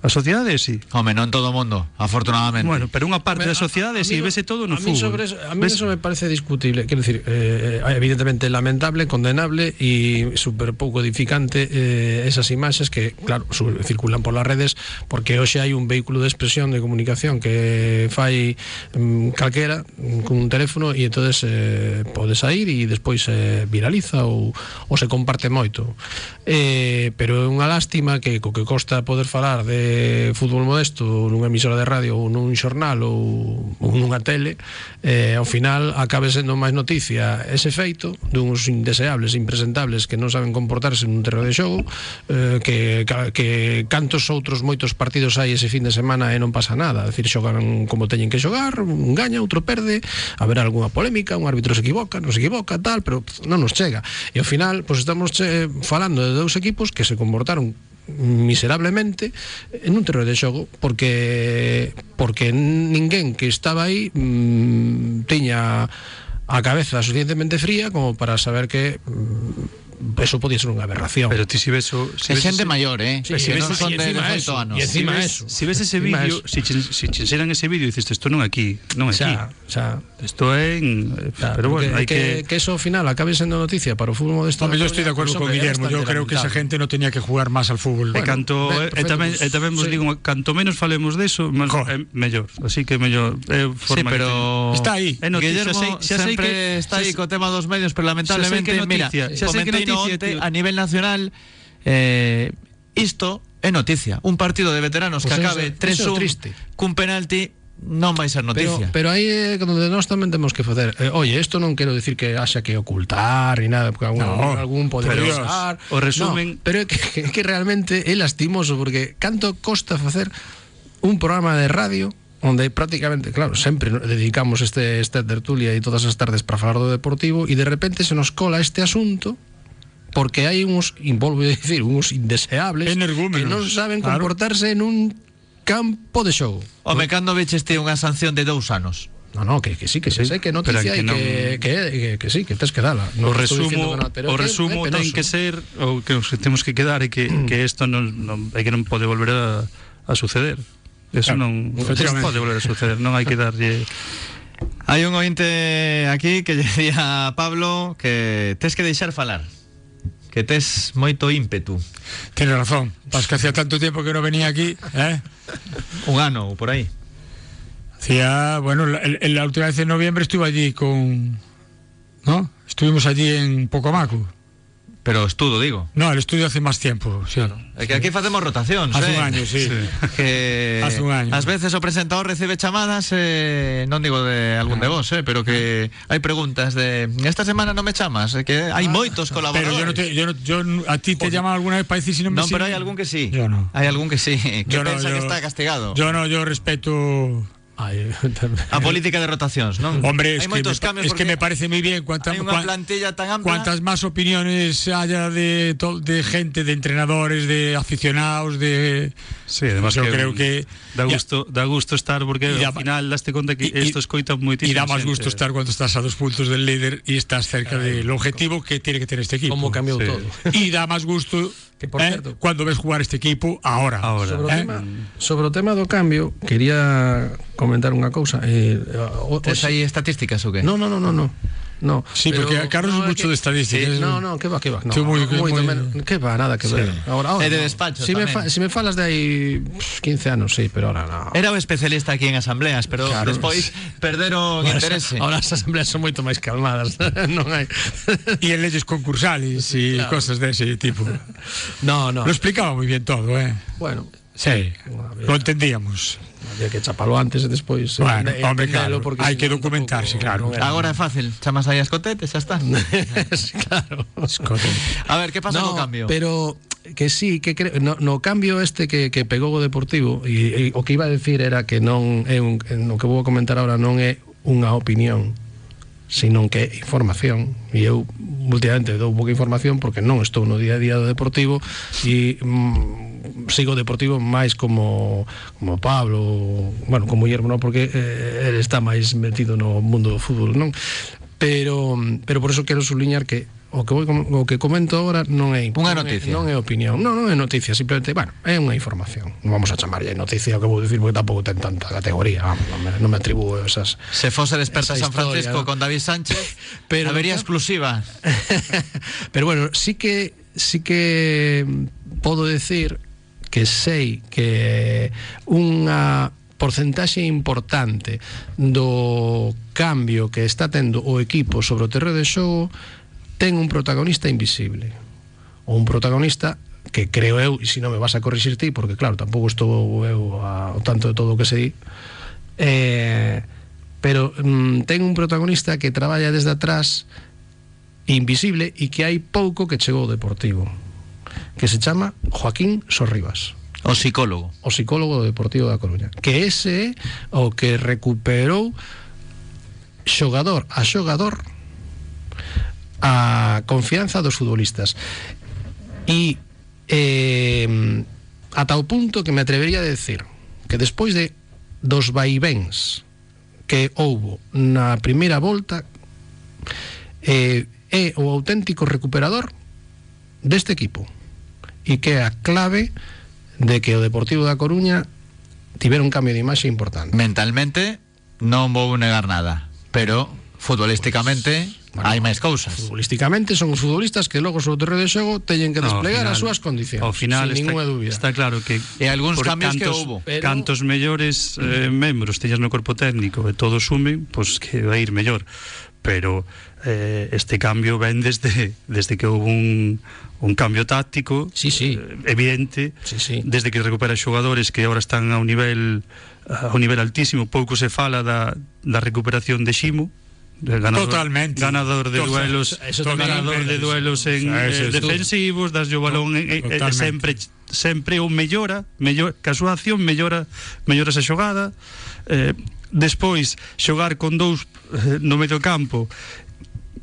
S4: A sociedade, sí.
S2: Home, non todo o mundo, afortunadamente.
S4: Bueno, pero unha parte da sociedade,
S3: si
S4: si, vese todo
S3: a
S4: no
S3: mí
S4: fútbol.
S3: sobre eso, a mí
S4: Ves-
S3: eso me parece discutible. Quiero decir, eh, eh, evidentemente lamentable, condenable y súper pouco edificante eh, esas imaxes que, claro, su- circulan por las redes porque hoxe hai un vehículo de expresión de comunicación que fai mm, calquera mm, cun teléfono e entonces eh, podes sair e despois eh, viraliza ou, ou se comparte moito. Eh, pero é unha lástima que co que costa poder falar de fútbol modesto nunha emisora de radio ou nun xornal ou, ou nunha tele, eh, ao final acabe sendo máis noticia ese feito duns indeseables, impresentables que non saben comportarse nun terreno de xogo, eh, que, ca- que cantos outros moitos partidos hai ese fin de semana e non pasa nada, é dicir, xogan como teñen que xogar, un gaña, outro perde, haberá algunha polémica, un árbitro se equivoca, non se equivoca, tal, pero pff, non nos chega. E ao final, pois estamos che, falando de dous equipos que se comportaron miserablemente en un terreno de xogo porque porque ninguén que estaba aí mm, tiña a cabeza suficientemente fría como para saber que mm, eso podía ser unha aberración.
S4: Pero ti si ves o...
S2: É
S4: Si ves
S2: xente
S4: ese-
S2: maior, eh?
S3: Sí,
S2: que
S3: e
S2: non
S3: ves-
S2: son
S3: e
S2: de
S3: encima
S2: 18
S3: eso,
S2: anos.
S3: e
S4: Si
S3: encima
S4: ves,
S3: eso.
S4: si ves ese
S3: Encima
S4: vídeo,
S3: eso.
S4: se chen- se chenseran ese vídeo, dices, isto non é aquí, non é aquí.
S3: xa, xa,
S4: Isto é en...
S3: xa,
S4: Pero bueno,
S3: Ah, que, que,
S4: hai que...
S3: que eso ao final acabe sendo noticia para o fútbol modesto.
S5: Hombre,
S3: da
S5: yo estoy
S3: Coruña,
S5: de acuerdo
S3: pues,
S5: con
S3: hombre, é
S5: Guillermo. Yo
S3: bastante
S5: creo que esa
S3: lamentable.
S5: gente no tenía que jugar más al fútbol.
S4: E
S3: Bueno,
S4: canto,
S3: ben,
S4: eh, e
S3: perfecto,
S4: tamén, e
S3: pues,
S4: tamén vos
S3: sí.
S4: digo, canto menos falemos deso, máis
S5: Jo.
S4: é mellor. Así que mellor é
S2: Sí,
S4: forma
S2: pero
S5: Está aí.
S4: É noticia,
S2: Guillermo
S4: xa sei- xa sei
S2: sempre
S4: que-
S2: está
S4: xa
S2: aí
S4: sei-
S2: co tema dos medios, pero lamentablemente,
S4: que
S2: mira,
S4: noticia, xa sei que
S2: comenteino
S4: noticia,
S2: onte,
S4: tío.
S2: a nivel nacional eh, isto é noticia. Un partido de veteranos
S3: Pues
S2: que
S3: eso
S2: acabe
S3: é- eso
S2: 3-1
S3: é triste.
S2: cun penalti non vai ser
S3: Pero,
S2: noticia.
S3: pero eh, aí é onde nós tamén temos que facer eh, Oye, isto non quero dicir que haxa que ocultar Ni nada, porque algún,
S5: No,
S3: algún pode
S5: pero
S3: pensar
S4: o resumen-
S3: no, Pero é que, é que realmente é lastimoso Porque canto costa facer un programa de radio onde prácticamente, claro, sempre dedicamos este esta tertulia e todas as tardes para falar do deportivo e de repente se nos cola este asunto porque hai uns, involvo a dicir, uns indeseables
S5: Energúmenos,
S3: que non saben
S5: claro.
S3: comportarse en un campo de xogo.
S2: O Mecandovich este unha sanción de dous anos.
S3: No, no, que, que sí, que sí, sé
S4: Sí,
S3: que
S4: pero
S3: noticia que,
S4: que non-
S3: que, que, que, que sí, que tens que dala.
S4: o
S3: No te estoy diciendo que
S4: resumo,
S3: no, pero
S4: o
S3: é que é
S4: resumo ten
S3: penoso.
S4: que eh, ser o que nos temos que quedar é que que isto non, non é que non pode volver a, a suceder. Eso
S5: Claro,
S4: non, non
S5: efectivamente.
S4: pode volver a suceder, non hai que darlle
S2: Hai un ointe aquí que lle día a Pablo que tes que deixar falar. Que tes moito ímpetu.
S5: Tiene razón. Pues que hacía tanto tiempo que no venía aquí. ¿eh?
S2: Un ano ou por aí.
S5: Hacía, bueno, la, el- la última vez en noviembre estuve allí con. ¿No? Estuvimos allí en Pocomaco.
S2: Pero estudo, digo.
S5: No, el estudio hace más tiempo. Sí,
S2: É que aquí facemos rotación,
S5: Hace un año, sí.
S2: que
S5: Hace un año.
S2: ás veces o presentador recebe chamadas eh, non digo de algún de vos, eh, pero que hai preguntas de esta semana non me chamas, eh, que hai moitos colaboradores.
S5: Ah, Pero yo no te, yo no, yo no- a ti te he llamado alguna vez para decir si no me
S2: Non, pero
S5: sirve.
S2: hai algún que sí.
S5: Yo no.
S2: Hai algún que sí, que
S5: Yo no,
S2: pensa que
S5: yo-
S2: está castigado.
S5: Yo no, yo respeto.
S3: Ai, tamén.
S2: A política de rotacións, non?
S5: Hombre,
S2: hai
S5: es que, me,
S2: moitos
S5: pa-
S2: cambios
S5: es
S2: porque
S5: que me parece muy bien. Cuanta,
S2: hai unha
S5: cuan-
S2: plantilla tan ampla.
S5: Cuantas más opiniones haya de, to- de gente, de entrenadores, de aficionados, de.
S4: Sí, además
S5: Yo
S4: que
S5: creo
S4: un-
S5: que-
S4: da
S5: ya-
S4: gusto, da gusto estar porque
S5: Y da-
S4: al final daste conta que
S5: y- y-
S4: esto escoita
S5: Y
S4: moitísimo.
S5: da más gusto estar cuando estás a dos puntos del líder y estás cerca del objetivo que tiene que tener este equipo.
S3: Como cambiou
S4: Sí.
S3: sí. todo.
S5: Y da más gusto
S3: Que, por
S5: eh,
S3: cierto-
S5: cuando ves jugar este equipo ahora.
S4: Ahora.
S3: Sobre o,
S5: Eh?
S3: tema, sobre o tema do cambio, quería comentar unha cousa. Eh, o,
S2: Tes aí estatísticas ou que?
S3: No, no, no, no, no. No,
S5: Sí, porque Carlos es
S3: é
S5: mucho
S3: que-
S5: de estadística.
S3: Sí, no, no, que va, que va. No,
S5: Tú muy-
S3: no,
S5: muy-
S3: moito
S5: muy-
S3: menos. que va, nada que ver. Ahora, ahora,
S2: É de
S3: no.
S2: despacho
S3: si me,
S2: tamén.
S3: fa, si me falas de aí pff, 15 anos, sí, pero ahora no.
S2: Era o especialista aquí en asambleas, pero
S3: Claro.
S2: despois perderon
S5: Pues,
S2: interese.
S3: Ahora as asambleas son moito máis calmadas. non hai.
S5: Y en leyes concursales y cosas de ese tipo.
S3: No, no.
S5: Lo explicaba muy bien todo, ¿eh?
S3: Bueno,
S5: Sí,
S3: Había-
S5: lo entendíamos.
S3: Había que chapalo antes e despois.
S5: Bueno,
S3: eh,
S5: hombre,
S3: entendelo,
S5: claro,
S3: porque
S5: hai
S3: senón
S5: que documentarse,
S3: non
S5: claro.
S3: era-
S2: Agora é fácil, chamas aí a escotete, xa está.
S3: Sí, claro.
S2: A ver, que pasa no,
S3: No,
S2: co cambio?
S3: Pero que sí, que cre... no, no cambio este que, que pegou o Deportivo e, e o que iba a decir era que non é un, no que vou a comentar agora non é unha opinión senón que é información e eu últimamente dou pouca información porque non estou no día a día do Deportivo e mm, sigo o Deportivo máis como como Pablo, bueno, como Guillermo non, porque eh, ele está máis metido no mundo do fútbol, non? Pero pero por eso quero subliñar que o que, vou, com- o que comento agora non é
S2: Unha
S3: non é-
S2: noticia.
S3: non é opinión, non, non é noticia, simplemente, bueno, é unha información. Non vamos a chamarlle noticia o que vou dicir porque tampouco ten tanta categoría, vamos, non me, non me atribúo esas
S2: Se fose desperta
S3: Esa
S2: San Francisco
S3: historia, ¿no?
S2: con David Sánchez,
S3: Pero-
S2: habería exclusiva.
S3: Pero bueno, sí que sí que mm, podo decir que sei que unha porcentaxe importante do cambio que está tendo o equipo sobre o terreo de xogo ten un protagonista invisible ou un protagonista que creo eu, e se non me vas a corrixir ti porque claro, tampouco estou eu ao tanto de todo o que se di eh, pero mm, ten un protagonista que traballa desde atrás invisible e que hai pouco que chegou ao Deportivo que se chama Joaquín Sorribas
S2: O psicólogo.
S3: o psicólogo do Deportivo da Coruña que ese é o que recuperou xogador a xogador a confianza dos futbolistas e eh, ata o punto que me atrevería a decir que despois de dos vaivéns que houbo na primeira volta eh, é o auténtico recuperador deste equipo e que é a clave de que o Deportivo da Coruña tivera un cambio de imaxe importante.
S2: Mentalmente non vou negar nada, pero futbolísticamente
S3: bueno,
S2: hai máis cousas.
S3: Futbolísticamente son os futbolistas que logo sobre o terreo de xogo teñen que
S4: No, ao
S3: desplegar
S4: final-
S3: as súas condicións.
S4: Ao final
S3: sin
S4: está,
S3: ninguna dúbida.
S4: está claro que
S2: E algúns
S4: por
S2: cambios que
S4: cantos,
S2: houbo.
S3: Pero-
S4: Cantos mellores eh, membros teñas no corpo técnico e todos sumen, pois que vai ir mellor. Pero eh, este cambio ven desde desde que houve un un cambio táctico
S3: Sí, sí.
S4: eh, evidente
S3: Sí, sí.
S4: desde que recupera xogadores que agora están a un nivel a un nivel altísimo, pouco se fala da, da recuperación de Ximo, de ganador,
S5: Totalmente.
S4: ganador de
S5: Total-
S4: duelos,
S3: eso tamén
S4: ganador
S5: impera,
S4: de
S5: sí.
S4: duelos en
S5: O sea,
S4: eh,
S5: eso es todo.
S4: defensivos, das o balón e, e, e
S5: Totalmente.
S4: sempre sempre o mellora, mellor, que a súa acción mellora, mellora esa xogada. Eh, despois xogar con dous eh, no medio campo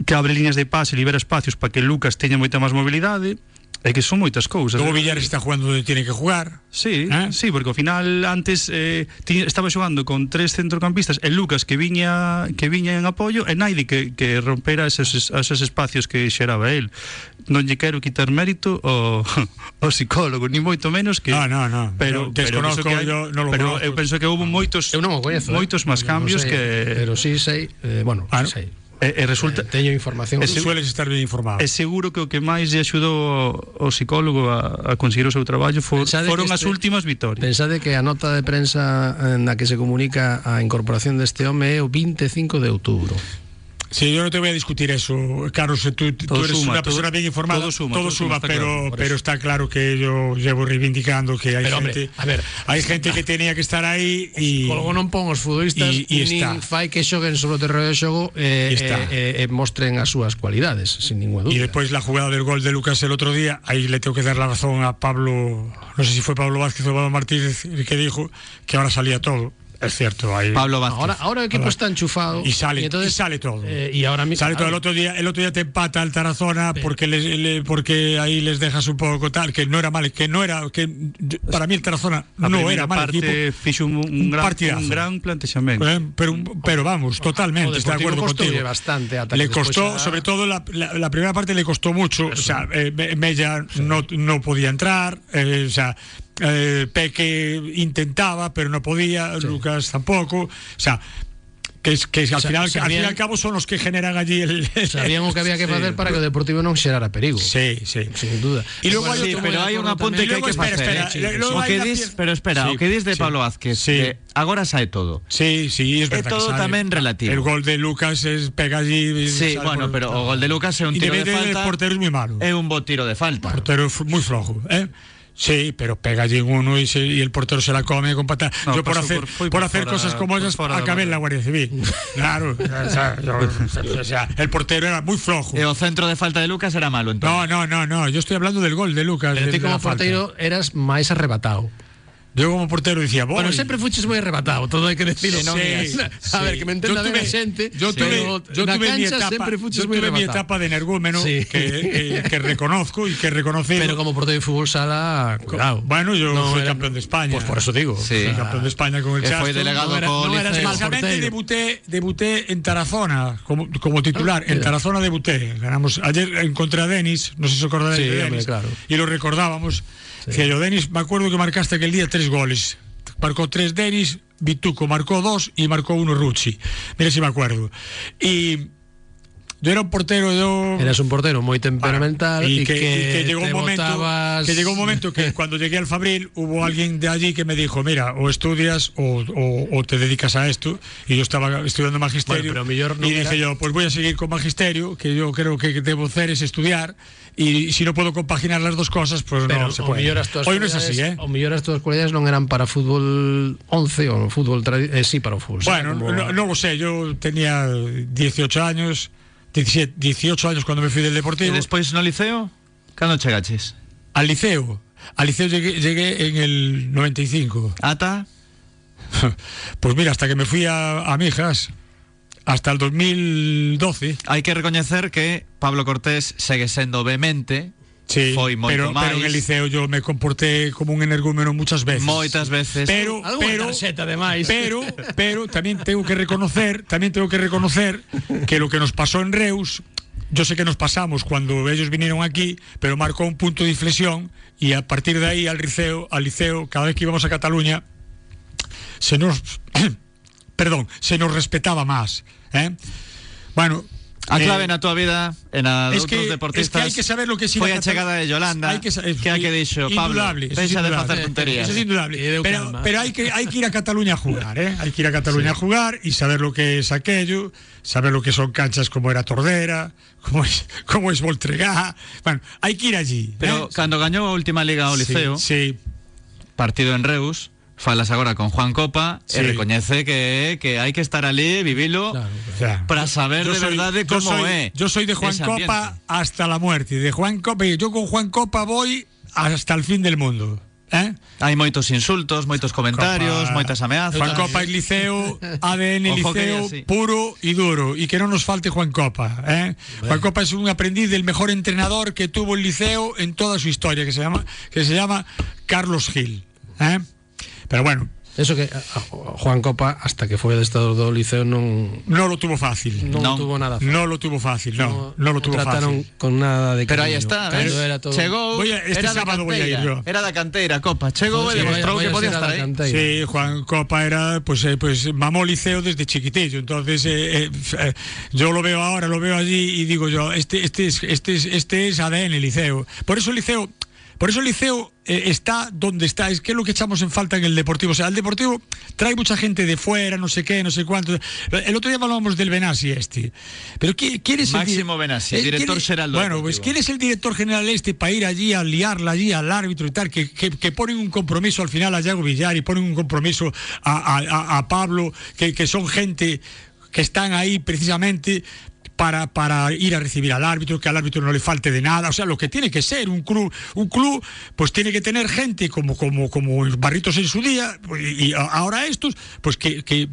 S4: que abre líneas de pase, libera espacios para que Lucas teña moita máis mobilidade, é que son moitas cousas.
S5: Luego Villares está jugando donde tiene que jugar.
S4: Sí,
S5: Eh?
S4: sí, porque ao final antes eh, ti, estaba xogando con tres centrocampistas e Lucas que viña que viña en apoio e Naidi que, que rompera esos, es- esos espacios que xeraba el. Non lle quero quitar mérito ao, ao psicólogo, ni moito menos que
S5: No, no, no.
S4: Pero,
S5: Yo
S4: pero, penso
S5: desconozco,
S4: que hai-
S5: yo no lo
S4: pero
S5: conozco.
S4: eu penso que houve moitos
S3: Eu non o coñezo. eh.
S4: moitos máis
S3: Non
S4: cambios
S3: sei,
S4: que
S3: Pero sí sei, eh, bueno, ah,
S5: Ah, no.
S3: sei.
S4: e, e
S3: Eh,
S4: resulta
S3: Teño información.
S5: Tú sueles estar bien informado.
S4: E seguro que o que máis lle axudou o psicólogo a, a conseguir o seu traballo for,
S3: Pensade que
S4: foron as
S3: este-
S4: últimas vitorias.
S3: Pensade que a nota de prensa eh, na que se comunica a incorporación deste home é o 25 de outubro.
S5: Sí, yo no te voy a discutir eso, Carlos. Tú, tú
S4: Todo
S5: eres
S4: suma,
S5: una
S4: todo-
S5: persona bien informada.
S4: todo suma, todo suma, está
S5: pero,
S4: claro, por
S5: pero
S4: eso.
S5: está claro que yo llevo reivindicando que hay
S3: Pero,
S5: gente,
S3: hombre, a ver,
S5: hay gente que tenía que estar ahí y
S3: Psicólogo non pon os futbolistas
S5: Y- y
S3: nin
S5: está.
S3: fai que xoguen sobre o terreo de xogo e,
S5: Y está.
S3: e, e, e mostren as súas cualidades, sin ninguna
S5: y
S3: dúbida.
S5: después la jugada del gol de Lucas el otro día. Ahí le tengo que dar la razón a Pablo. No sé si fue Pablo Vázquez o Pablo Martínez el que dijo que ahora salía todo. Es cierto. Ahí,
S2: Pablo Vázquez.
S3: Ahora, ahora o equipo
S5: Ahora-
S3: está enchufado
S5: y sale,
S3: y entonces-
S5: y sale todo.
S3: eh, y ahora mismo
S5: Sale todo el otro día, el otro día te empata el Tarazona porque les- le- porque ahí les dejas un poco tal que no era mal, que no era que para mí el Tarazona
S4: A
S5: no
S4: primeira
S5: era mal
S4: parte
S5: equipo.
S4: fixo un, un,
S5: Un
S4: gran,
S5: partidazo.
S4: un gran plantexamento.
S5: Eh, Pero, pero vamos,
S3: O
S5: totalmente,
S3: Mm.
S5: estoy de
S3: Deportivo
S5: acuerdo
S3: costolle
S5: contigo.
S3: bastante ata que
S5: le
S3: despois xa-
S5: costó, sobre todo la, la- la primera parte le costó mucho. O sea, eh, Be- Mella no, no podía entrar, eh, o sea, eh, Peque intentaba, pero no podía, Lucas tampoco. O sea, que, es, que es- al,
S3: Sa-
S5: final, al fin
S3: sabían-
S5: y al cabo son los que generan allí el.
S3: sabían o que había que facer para que o Deportivo non xerara perigo.
S5: Sí, sí.
S3: Sin duda.
S5: Y luego
S3: Bueno,
S5: hay
S2: Sí,
S5: otro-
S2: pero hai un apunte
S5: tamén.
S2: que hai que
S5: Luego, espera,
S2: facer.
S5: espera,
S2: eh.
S5: le- luego
S2: O que
S5: hai la
S2: dis,
S5: pier-
S2: pero espera,
S5: Sí,
S2: o que dis de
S5: sí.
S2: Pablo Vázquez,
S5: Sí.
S2: que agora sae todo.
S5: Sí, sí, es
S2: É
S5: verdad. que
S2: todo
S5: sale.
S2: tamén relativo.
S5: El gol de Lucas es pega allí. y
S2: Sí,
S5: sale
S2: bueno,
S5: por-
S2: pero o gol de Lucas é un
S5: Y
S2: tiro de
S5: depende del
S2: falta.
S5: portero es muy malo.
S2: É un bo tiro de falta.
S5: portero fu- muy flojo, ¿eh? Sí, pero pega allí en uno y, se- y el portero se la come con patada.
S4: No,
S5: yo por
S4: pasó
S5: hacer,
S4: por-
S5: por,
S4: fue por
S5: hacer
S4: fuera-
S5: cosas como
S4: por
S5: esas
S4: fuera de
S5: acabé en la
S4: banda.
S5: Guardia Civil. Claro, o sea, yo- o sea, el portero era muy flojo.
S2: E o centro de falta de Lucas era malo, entón.
S5: No, no, no, no. Yo estoy hablando del gol de Lucas.
S3: Pero
S5: del
S3: ti
S5: de la
S3: como
S5: falta.
S3: porteiro eras máis arrebatado.
S5: Yo como portero dicía,
S3: Bueno,
S5: "Voy".
S3: sempre fuches moi arrebatado, todo hai que decirlo.
S5: Sí, sí,
S3: a
S5: sí.
S3: ver, que me entenda ben
S5: Yo
S3: a
S5: tuve-
S3: xente,
S5: Yo tuve,
S3: pero
S5: yo
S3: na
S5: tuve mi
S3: cancha
S5: etapa,
S3: sempre fuches
S5: yo
S3: moi
S5: tuve mi
S3: arrebatado.
S5: etapa de energúmeno
S3: Sí.
S5: que, que- que reconozco y que reconocí.
S3: Pero como portero de fútbol sala, cuidado.
S5: bueno, yo
S3: No
S5: fui
S3: era-
S5: campeón de España.
S3: Pues por eso digo.
S2: Sí.
S5: Fui campeón de España con el
S2: Que
S5: Chasco.
S2: fue delegado
S3: no era-
S2: con
S3: no eras
S2: Liceo.
S3: mal
S5: Básicamente
S3: portero.
S5: debuté, debuté en Tarazona como, como titular. En Tarazona debuté. Ganamos ayer encontré a Denis, no sé si os acordáis
S3: Sí,
S5: de
S3: hombre,
S5: Denis,
S3: claro.
S5: y lo recordábamos. Decía yo, Denis, me acuerdo que marcaste aquel día tres goles. Marcó tres Denis, Vituco marcó dos y marcó uno Rucci. Mira si me acuerdo. Y yo era un portero, yo...
S3: Eras un portero moi temperamental e
S5: y, que,
S3: que,
S5: y que llegó un
S3: te
S5: momento
S3: botabas-
S5: que llegó un momento que cuando llegué al Fabril hubo alguien de allí que me dijo mira o estudias o, o- o te dedicas a esto y yo estaba estudiando magisterio
S3: Bueno, pero mellor non
S5: y dije
S3: era-
S5: yo pues voy a seguir con magisterio que yo creo que debo hacer es estudiar y si no puedo compaginar las dos cosas pues
S3: Pero
S5: no se
S3: o
S5: puede
S3: mellor as túas
S5: hoy no es así
S3: cualidades-
S5: eh
S3: O mellor as túas cualidades non eran para fútbol 11 ou fútbol tradi- eh, sí para o fútbol. sala,
S5: Bueno,
S3: como-
S5: no, no lo sé, yo tenía 18 años, 17, 18 años cuando me fui del
S2: E
S5: Deportivo.
S2: despois no liceo, cando chegaches?
S5: Al liceo, al liceo llegué, llegué en el 95.
S2: Ata,
S5: Pues mira, hasta que me fui a, a Mijas, hasta el 2012.
S2: hai que recoñecer que Pablo Cortés segue sendo vemente
S5: Sí,
S2: Foi moito
S5: pero,
S2: máis.
S5: pero en el liceo yo me comporté como un energúmeno muchas veces.
S2: moitas veces.
S5: Pero,
S3: Algunha
S5: pero,
S3: tarxeta ademais.
S5: pero, pero también tengo que reconocer, también tengo que reconocer que lo que nos pasó en Reus, yo sé que nos pasamos cuando ellos vinieron aquí, pero marcó un punto de inflexión y a partir de ahí al liceo, al liceo, cada vez que íbamos a Cataluña, se nos, perdón, se nos respetaba más. ¿eh? Bueno,
S2: A
S5: eh,
S2: clave na tua vida e na de
S5: es
S2: outros
S5: que-
S2: deportistas
S5: es que hai que saber lo que es ir
S2: foi a
S5: a
S2: chegada de Yolanda
S5: Hay que sa-
S2: que hai que dixo Pablo,
S5: indudable, eso es
S2: deixa de
S5: indudable.
S2: facer tonterías
S5: Eso
S3: Y
S5: es
S3: de
S5: indudable. Pero,
S3: calma.
S5: pero hay, que, hay que ir a Cataluña a jugar, ¿eh? Hay que ir a Cataluña a jugar y saber lo que es aquello, saber lo que son canchas como era Tordera, como es, como es Voltregá. Bueno, hay que ir allí.
S2: pero
S5: ¿eh?
S2: cando gañou a última liga ao Liceo
S5: Sí, sí.
S2: partido en Reus falas agora con Juan Copa
S5: Sí.
S2: e recoñece que que hai que estar ali vivilo
S3: Claro,
S5: o sea,
S2: para saber de verdade
S5: yo
S2: como
S5: soy-
S2: é
S5: Yo soy de Juan
S2: ese
S5: Copa
S2: ambiente.
S5: hasta la muerte. De Juan Copa, yo con Juan Copa voy hasta el fin del mundo. ¿Eh?
S2: hai moitos insultos moitos comentarios
S5: Copa-
S2: moitas ameazas
S5: Juan Copa es Liceo, ADN
S2: Ojo que
S5: Liceo,
S2: ya sí.
S5: puro y duro. Y que no nos falte Juan Copa. ¿eh? Juan Copa es un aprendiz del mejor entrenador que tuvo el Liceo en toda su historia, que se llama, que se llama Carlos Gil. ¿eh? Pero bueno,
S3: Eso que a- a- Juan Copa hasta que foi adestrador do Liceo non
S5: no lo tuvo fácil.
S3: non
S2: No.
S3: tuvo nada.
S5: No lo tuvo fácil, no, no lo tuvo
S3: trataron
S5: fácil.
S3: con nada de
S2: Pero aí
S3: cariño,
S2: está,
S3: cando
S2: ves?
S3: era todo-
S2: chegou,
S5: Voy a- este
S2: era da
S5: sábado voy a ir
S2: canteira,
S5: yo.
S2: era da canteira, Copa, chegou e
S3: Sí,
S2: demostrou que
S3: vaya- vaya
S2: podía
S3: ser a
S2: estar
S3: la
S2: ahí.
S3: canteira.
S5: Sí, Juan Copa era, pues, eh, pues mamó liceo desde chiquitillo. Entonces, eh, eh, f- eh, yo lo veo ahora, lo veo allí y digo yo, este, este es, este es, este es ADN liceo. Por eso liceo, por eso liceo eh, está donde está. Es que es lo que echamos en falta en el deportivo. O sea, el deportivo trae mucha gente de fuera, no sé qué, no sé cuánto. El otro día hablábamos del Benassi este. Pero ¿qui- ¿quién es el di-
S2: Máximo Benassi,
S5: eh,
S2: director
S5: quién es-
S2: general del
S5: Bueno, pues
S2: Deportivo.
S5: ¿quién es el director general este para ir allí a liarla allí al árbitro y tal? Que, que, que ponen un compromiso al final a Yago Villar y ponen un compromiso a, a- a- a Pablo, que, que son gente que están ahí precisamente. Para, para ir a recibir al árbitro, que al árbitro no le falte de nada, o sea, lo que tiene que ser un club, un club, pues tiene que tener gente como como como Barritos en su día pues, y, y a- ahora estos, pues que, que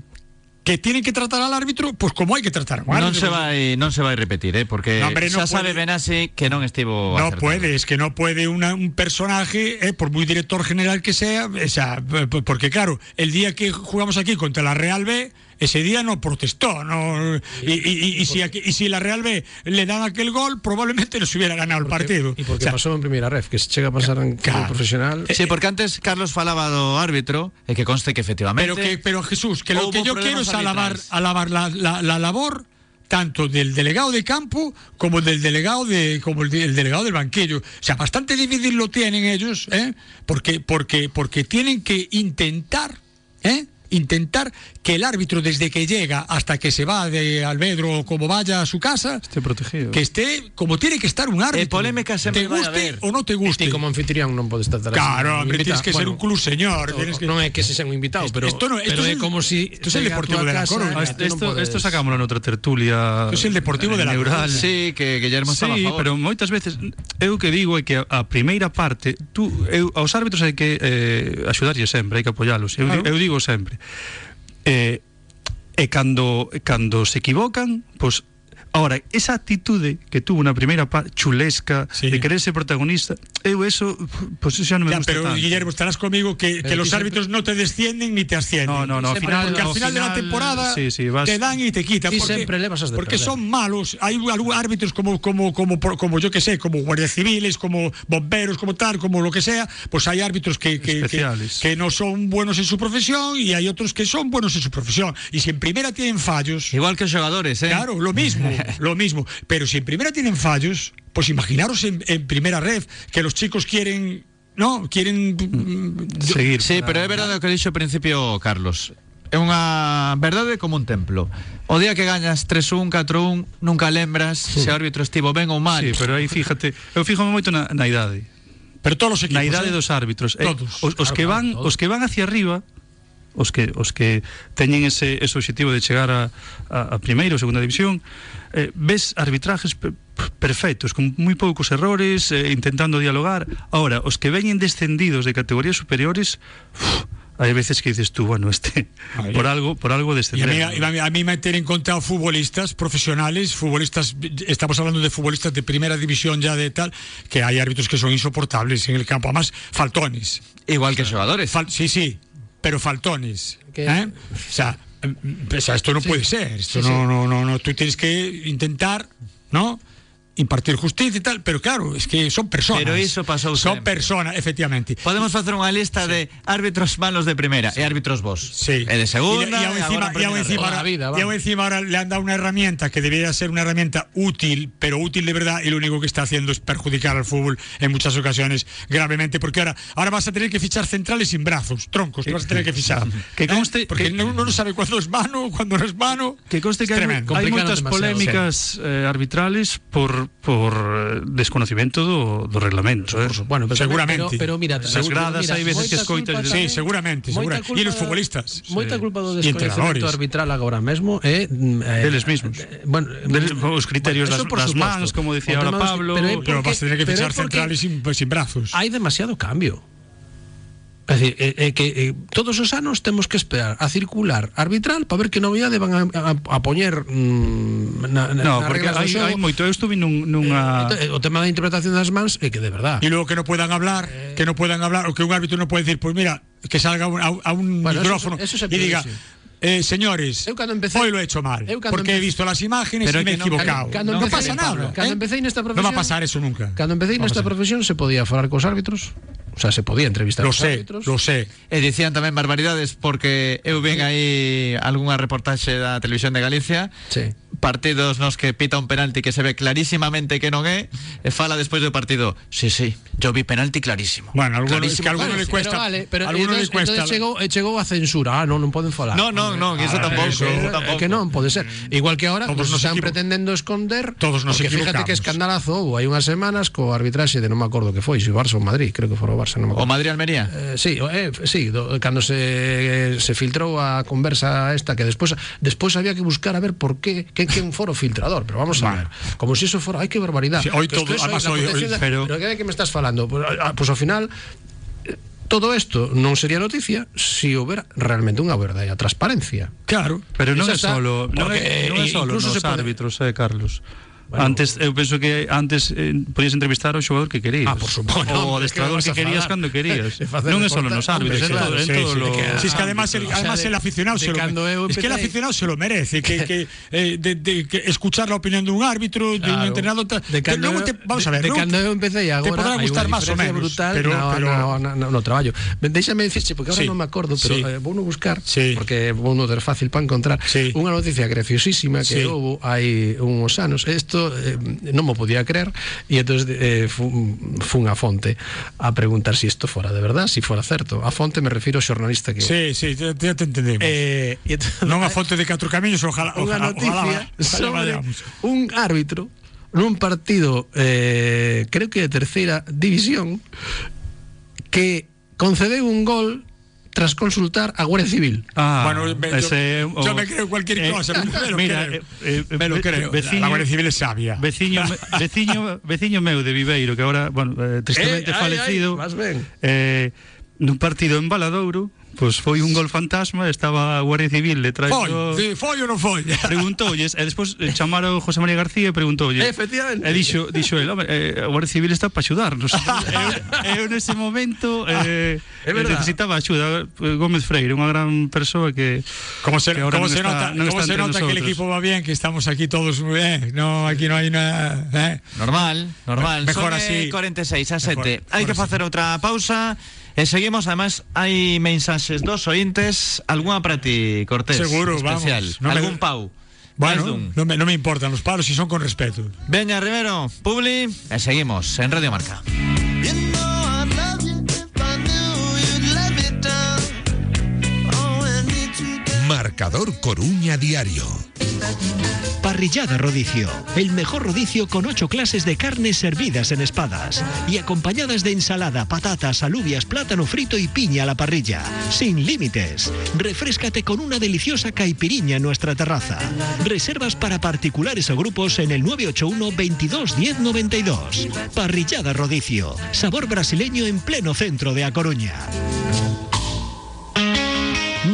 S5: que tienen que tratar al árbitro, pues como hay que tratar. a un
S2: Non
S5: árbitro.
S2: se vai, non se vai repetir, eh, porque
S5: No, hombre,
S2: xa
S5: no
S2: sabe
S5: puede.
S2: Benassi que non estivo
S5: No
S2: acertado.
S5: puede, es que no puede una- un personaje, eh, por muy director general que sea, o sea, p- p- porque claro, el día que jugamos aquí contra la Real B, ese día no protestó, no y, y- y- y si, aquí- y si la Real B le dan aquel gol, probablemente nos hubiera ganado el partido.
S3: E porque
S5: O sea,
S3: pasou en primeira ref, que se chega a pasar en
S5: Claro.
S3: claro. profesional.
S2: Sí, porque antes Carlos falaba do árbitro e que conste que efectivamente
S5: pero que, pero Jesús, que lo
S2: Hubo
S5: que yo
S2: problemas
S5: quiero es alabar,
S2: arbitrales.
S5: alabar la, la- la labor tanto del delegado de campo como del delegado de como el, de- el delegado del banquillo. O sea, bastante difícil lo tienen ellos, ¿eh? Porque porque porque tienen que intentar, ¿eh? intentar que el árbitro desde que llega hasta que se va de Albedro o como vaya a su casa,
S4: Esté protegido.
S5: que esté como tiene que estar un árbitro.
S2: polémica sempre
S5: te
S2: vai
S5: guste
S2: haber.
S5: o no te guste.
S3: Ti como anfitrión non podes tratar así.
S5: Claro, hombre, tienes que ser un club señor. tienes que-
S3: Non é que se sean un invitado,
S5: Esto-
S3: pero,
S5: esto no- esto
S3: pero
S5: es
S3: é
S5: el-
S3: como si
S5: esto es
S3: chega
S5: el
S3: a
S5: Deportivo
S3: túa
S5: de la
S3: casa e
S5: Coruña.
S4: Ah,
S5: Esto-
S3: tú non
S4: Esto,
S3: podes-
S4: esto sacámoslo en outra tertulia
S5: Es el Deportivo de la
S4: Neural.
S2: Sí, que Guillermo estaba a
S4: Sí,
S2: favor.
S4: pero moitas veces eu que digo é que a, a primeira parte tú eu aos árbitros hai que eh axudarlle sempre, hai que apoialos. Eu, claro. eu digo sempre. Eh e cando cando se equivocan, pois Ahora, esa actitude que tuvo na primeira parte chulesca
S5: Sí.
S4: sí. de querer ser protagonista, eu eso pois pues, xa non me
S5: Ya,
S4: gusta
S5: pero
S4: tanto.
S5: Guillermo, estarás conmigo que, que
S3: Pero ti
S5: los árbitros no te descienden ni te ascienden.
S4: No, no, no, ao
S3: Sempre
S4: final,
S5: Porque al
S3: Al
S5: final, de la
S3: final,
S5: temporada
S4: sí, sí, vas-
S5: te dan y te quitan.
S3: Sí,
S5: porque,
S3: siempre le vas a
S5: Porque
S3: perder.
S5: son malos. Hay algún- árbitros como, como, como, por- como yo que sé, como guardias civiles, como bomberos, como tal, como lo que sea. Pues hay árbitros que, que, que-
S4: Especiales.
S5: que no son buenos en su profesión y hay otros que son buenos en su profesión. Y si en primera tienen fallos.
S2: Igual que os xogadores, eh?
S5: Claro, lo mismo, lo mismo. Pero si en primera tienen fallos, pues imaginaros en, en primera red que los chicos quieren, no, quieren mm, yo-
S4: seguir.
S2: Sí, pero é verdade o que dixo ao principio Carlos. É unha verdade como un templo. O día que gañas 3-1, 4-1, nunca lembras se o árbitro estivo ben ou mal.
S4: Sí, pero aí fíjate, eu fíjome moito na, na idade.
S5: Pero todos los equipos.
S4: na idade
S5: ¿eh?
S4: dos árbitros. Eh,
S5: Todos,
S4: os, os que van, os que van hacia arriba, os que os que teñen ese ese obxectivo de chegar a a, a primeira ou segunda división, eh, ves arbitrajes pe- perfectos, con moi poucos errores, eh, intentando dialogar. Ahora, os que veñen descendidos de categorías superiores, uf, hai veces que dices tú, bueno, este
S5: Ahí.
S4: por algo, por algo
S5: Ah, Y a mí,
S4: descender.
S5: a mí- a mí me tienen contado futbolistas profesionales, futbolistas, estamos hablando de futbolistas de primera división ya de tal, que hay árbitros que son insoportables en el campo, además faltones.
S2: Igual que xogadores.
S5: Fal- sí, sí, pero faltones.
S3: Que-
S5: ¿eh? O sea, mm, o sea, esto no puede ser. Esto no, no, no, no. Tú tienes que intentar, ¿no? Impartir justicia y tal, pero claro, es que son personas.
S2: Pero iso pasou
S5: Son
S2: sempre.
S5: personas, efectivamente.
S2: Podemos facer unha lista de árbitros malos de primeira e árbitros vos.
S5: Sí.
S2: E de segunda,
S5: Y, y aún
S2: e
S5: encima,
S2: agora
S5: y aún
S2: en primeira
S3: Toda
S5: encima ahora,
S3: la vida,
S5: y
S3: vamos.
S5: aún encima ahora le han dado una herramienta que debería ser una herramienta útil, pero útil de verdad, y lo único que está haciendo es perjudicar al fútbol en muchas ocasiones gravemente, porque ahora, ahora vas a tener que fichar centrales sin brazos, troncos, te vas a tener que fichar. ¿Eh?
S4: Que conste-
S5: Porque
S4: que-
S5: uno no sabe cuándo es mano, cuándo no es mano.
S4: Que conste que
S5: Es
S4: hai,
S5: tremendo.
S4: hai
S3: Complicaron
S4: moitas
S3: demasiado,
S4: polémicas eh, arbitrales por por eh, desconocimento do, do reglamento, eh.
S3: Bueno, pero tamén-
S5: Seguramente.
S3: Pero, pero mira,
S4: Nas
S3: seguro-
S4: gradas
S3: mira,
S4: hai veces que
S3: moita
S4: escoitas
S3: culpa
S4: e dices,
S5: Sí,
S3: tamén-
S5: seguramente,
S3: moita
S5: seguramente.
S3: culpa
S5: Y los
S3: da-
S5: futbolistas.
S3: Moita culpa do
S5: Y entrenadores.
S3: descoñecemento arbitral agora mesmo é mm, eh,
S4: Deles mismos.
S3: eh, Bueno,
S4: Deles- os criterios
S3: eso
S4: das-
S3: por
S4: das
S3: supuesto.
S4: mans, como decía
S3: O
S4: ahora
S3: tema dos-
S4: Pablo,
S3: pero é
S4: Pero
S5: Pero
S3: porque-
S5: vas a tener que
S3: pero é
S5: fichar
S3: porque
S5: centrales sin, sin brazos.
S3: Hai demasiado cambio. É dicir, é, é eh, que é, todos os anos temos que esperar a circular arbitral para ver que novidade van a, a, a poñer mm, na, na,
S4: No,
S3: nas
S4: porque
S3: reglas do
S4: hai,
S3: xogo.
S4: hai moito, eu estuve nun, nunha
S3: Ento- eh, O tema da interpretación das mans é que de verdad.
S5: y luego que no puedan hablar,
S3: Eh.
S5: que no puedan hablar, o que un árbitro no puede decir, pues mira, que salga un- a, a un
S3: Bueno, eso
S5: micrófono
S3: se- eso se
S5: y
S3: pierde,
S5: diga,
S3: sí.
S5: eh, señores,
S3: Eu cando empecé-
S5: hoy lo he hecho mal,
S3: Eu cando
S5: porque he
S3: empecé-
S5: visto las imágenes
S2: Pero es
S5: y me he
S2: que no-
S5: equivocado.
S3: Cando- cando
S5: no
S3: empecé-
S5: pasa nada.
S3: cando
S5: ¿eh?
S3: empecé nesta
S5: No va a
S3: profesión-
S5: pasar eso nunca.
S3: Cando empecé
S5: No va a
S3: nesta
S5: pasar.
S3: profesión se podía falar cos árbitros, o sea, se podía entrevistar
S5: Lo
S3: cos
S5: sé,
S3: árbitros.
S5: lo sé.
S2: E dicían tamén barbaridades porque eu ven aí algunha reportaxe da televisión de Galicia
S3: Sí.
S2: partidos nos que pita un penalti que se ve clarísimamente que non é e fala despois do partido sí, sí, yo vi penalti clarísimo
S5: Bueno, alguno, es
S2: Clarísimo,
S5: que a alguno
S2: claro.
S5: le cuesta.
S3: Pero vale, pero
S5: alguno
S3: entonces,
S5: le cuesta.
S3: entonces chegou, eh, chegou a censura. Ah, non, non poden falar.
S2: No, no, no, eso
S5: Ah,
S2: tampouco,
S5: eso- Mm.
S2: eso
S3: Eh,
S2: tampouco.
S3: que non, pode ser. Igual que ahora, todos
S5: Todos nos
S3: nos están
S5: equivo-
S3: pretendendo esconder.
S5: Todos nos
S3: porque fíjate que
S5: equivocamos.
S3: escandalazo houve hai unhas semanas co arbitraxe de non me acordo que foi, se o Barça ou Madrid, creo que foi o Barça, non me
S2: o
S3: acordo.
S2: Madrid-Almería
S3: Eh, sí, o- eh, f- sí, do, cando se, se filtrou a conversa esta que despois despois había que buscar a ver por qué que quen foro filtrador, pero vamos a ver. Como si eso fora, ai que barbaridade.
S5: Sí, hoy
S3: Que esto
S5: todo-
S3: es
S5: además
S3: la
S5: hoy-
S3: protección
S5: hoy-
S3: de-
S5: pero-
S3: pero que, que me estás falando? Pois pues, ah, pues, ao final eh, todo isto non sería noticia se si houbera realmente unha verdadeira transparencia.
S5: Claro.
S4: Pero non
S3: Eso
S4: é
S3: está-
S4: solo, non
S3: porque,
S4: é, non é
S3: eh,
S4: solo
S3: incluso
S4: nos
S3: se pode-
S4: árbitros, eh, Carlos.
S3: Bueno.
S4: antes eu penso que antes eh, podías entrevistar ao xogador que querías.
S3: Ah, por suposto,
S4: O
S3: hombre,
S4: adestrador
S3: que
S4: que,
S3: vas a
S4: querías
S3: falar?
S4: cando querías.
S3: E facer
S4: non é solo
S3: reporta-
S4: nos
S3: hombre,
S4: árbitros, é todo,
S3: claro,
S4: en
S5: Sí,
S4: todo
S5: sí,
S4: lo
S5: que- sí, es que además el,
S3: ámbito, o
S5: además
S3: sea,
S5: el
S3: de-
S5: aficionado
S3: de
S5: se lo
S3: cuando eu
S5: merece. Es que el
S3: empecé-
S5: aficionado se lo merece. Que, que, eh, de, de- que escuchar la opinión de un árbitro, de un
S3: Claro.
S5: entrenador. tal.
S3: De cando,
S5: Pero luego te- vamos a ver.
S3: de, de
S5: luego
S3: cando
S5: te-
S3: eu empecé e
S5: te
S3: agora
S5: podrá
S3: hai
S5: gustar
S3: unha
S5: más o
S3: diferencia
S5: menos,
S3: brutal
S5: pero-
S3: na,
S5: pero-
S3: na, na, na, no traballo Ben, déxame dicirche porque agora
S5: Sí.
S3: non me acordo pero sí.
S5: Sí.
S3: eh, vou non buscar
S5: Sí.
S3: porque vou non ter fácil para encontrar
S5: Sí.
S3: unha noticia graciosísima que
S5: Sí.
S3: houve hai uns anos isto isto eh, non mo podía creer e entón eh, fun, fun a fonte a preguntar se si isto fora de verdad, se si fora certo. A fonte me refiro ao xornalista que...
S5: Sí, sí, ya, ya te entendemos.
S3: Eh, e entón,
S5: non a fonte de catro camiños, ojalá,
S3: unha
S5: ojalá,
S3: noticia
S5: ojalá, ojalá
S3: sobre
S5: vayamos.
S3: un árbitro nun partido eh, creo que de terceira división que concedeu un gol tras consultar a Guardia Civil.
S10: Ah,
S5: Bueno, me- yo-
S10: ese,
S5: yo, me creo cualquier
S4: eh,
S5: cosa, me lo
S4: mira,
S5: creo.
S4: eh, eh,
S5: me lo
S4: ve-
S5: creo.
S4: veciño-
S5: la Guardia Civil é sabia.
S4: Veciño, veciño, veciño meu de Viveiro que agora, bueno, eh, tristemente
S3: Eh, ai, ai,
S4: falecido.
S3: vas ben.
S4: Eh, nun partido en Valadouro, pois foi un gol fantasma, estaba a Guardia Civil detrás
S5: Foi,
S4: do
S5: sí, foi ou non foi?
S4: preguntoulles, e despois eh, chamaron a José María García e preguntoulles.
S3: Efectivamente.
S4: E dixo, dixo el, home, eh, a Guardia Civil está para axudarnos. E eu, eu nese momento eh,
S3: é verdad.
S4: necesitaba axuda. Eh, Gómez Freire, unha gran persoa que...
S5: Como se,
S4: que ahora
S5: como
S4: non
S5: se
S4: está-
S5: nota,
S4: non
S5: como
S4: está
S5: se
S4: entre
S5: nota que el
S4: nosotros.
S5: equipo va bien, que estamos aquí todos muy bien. No, aquí no hay nada. ¿eh?
S2: Normal, normal.
S5: Mejor
S2: Son, eh,
S5: así.
S2: 46 a 7.
S5: Mejor-
S2: Hay
S5: mejor
S2: que
S5: así.
S2: hacer otra pausa. E seguimos, además, hay mensajes dos ointes. Alguna para ti, Cortés?
S5: Seguro,
S2: especial.
S5: vamos. No me-
S2: Algún pau. Máis
S5: Bueno,
S2: dun.
S5: no me, no me importan los paros si son con respeto.
S2: Veña Rivero, Publi, e seguimos en Radio Marca.
S1: Marcador Coruña Diario.
S6: Parrillada Rodicio, el mejor rodicio con ocho clases de carnes servidas en espadas y acompañadas de ensalada, patatas, alubias, plátano frito y piña a la parrilla, sin límites. Refrescate con una deliciosa caipiriña en nuestra terraza. Reservas para particulares o grupos en el 981 22 10 92. Parrillada Rodicio, sabor brasileño en pleno centro de A Coruña.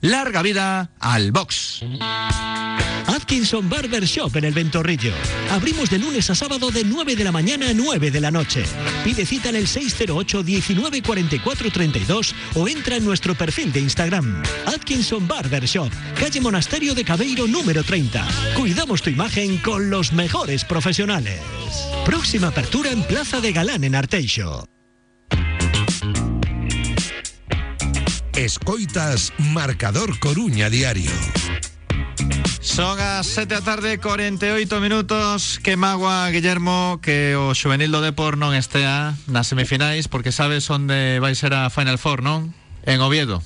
S2: Larga vida al box.
S6: Atkinson Barber Shop en el Ventorrillo. Abrimos de lunes a sábado de 9 de la mañana a 9 de la noche. Pide cita en el 608 19 44 32 o entra en nuestro perfil de Instagram. Atkinson Barber Shop, calle Monasterio de Cabeiro número 30. Cuidamos tu imagen con los mejores profesionales. Próxima apertura en Plaza de Galán en Arteixo.
S1: Escoitas Marcador Coruña Diario.
S2: Son as 7 da tarde, 48 minutos Que magua, Guillermo, que o juvenil do Depor non estea nas semifinais Porque sabes onde vai ser a Final Four, non? En Oviedo,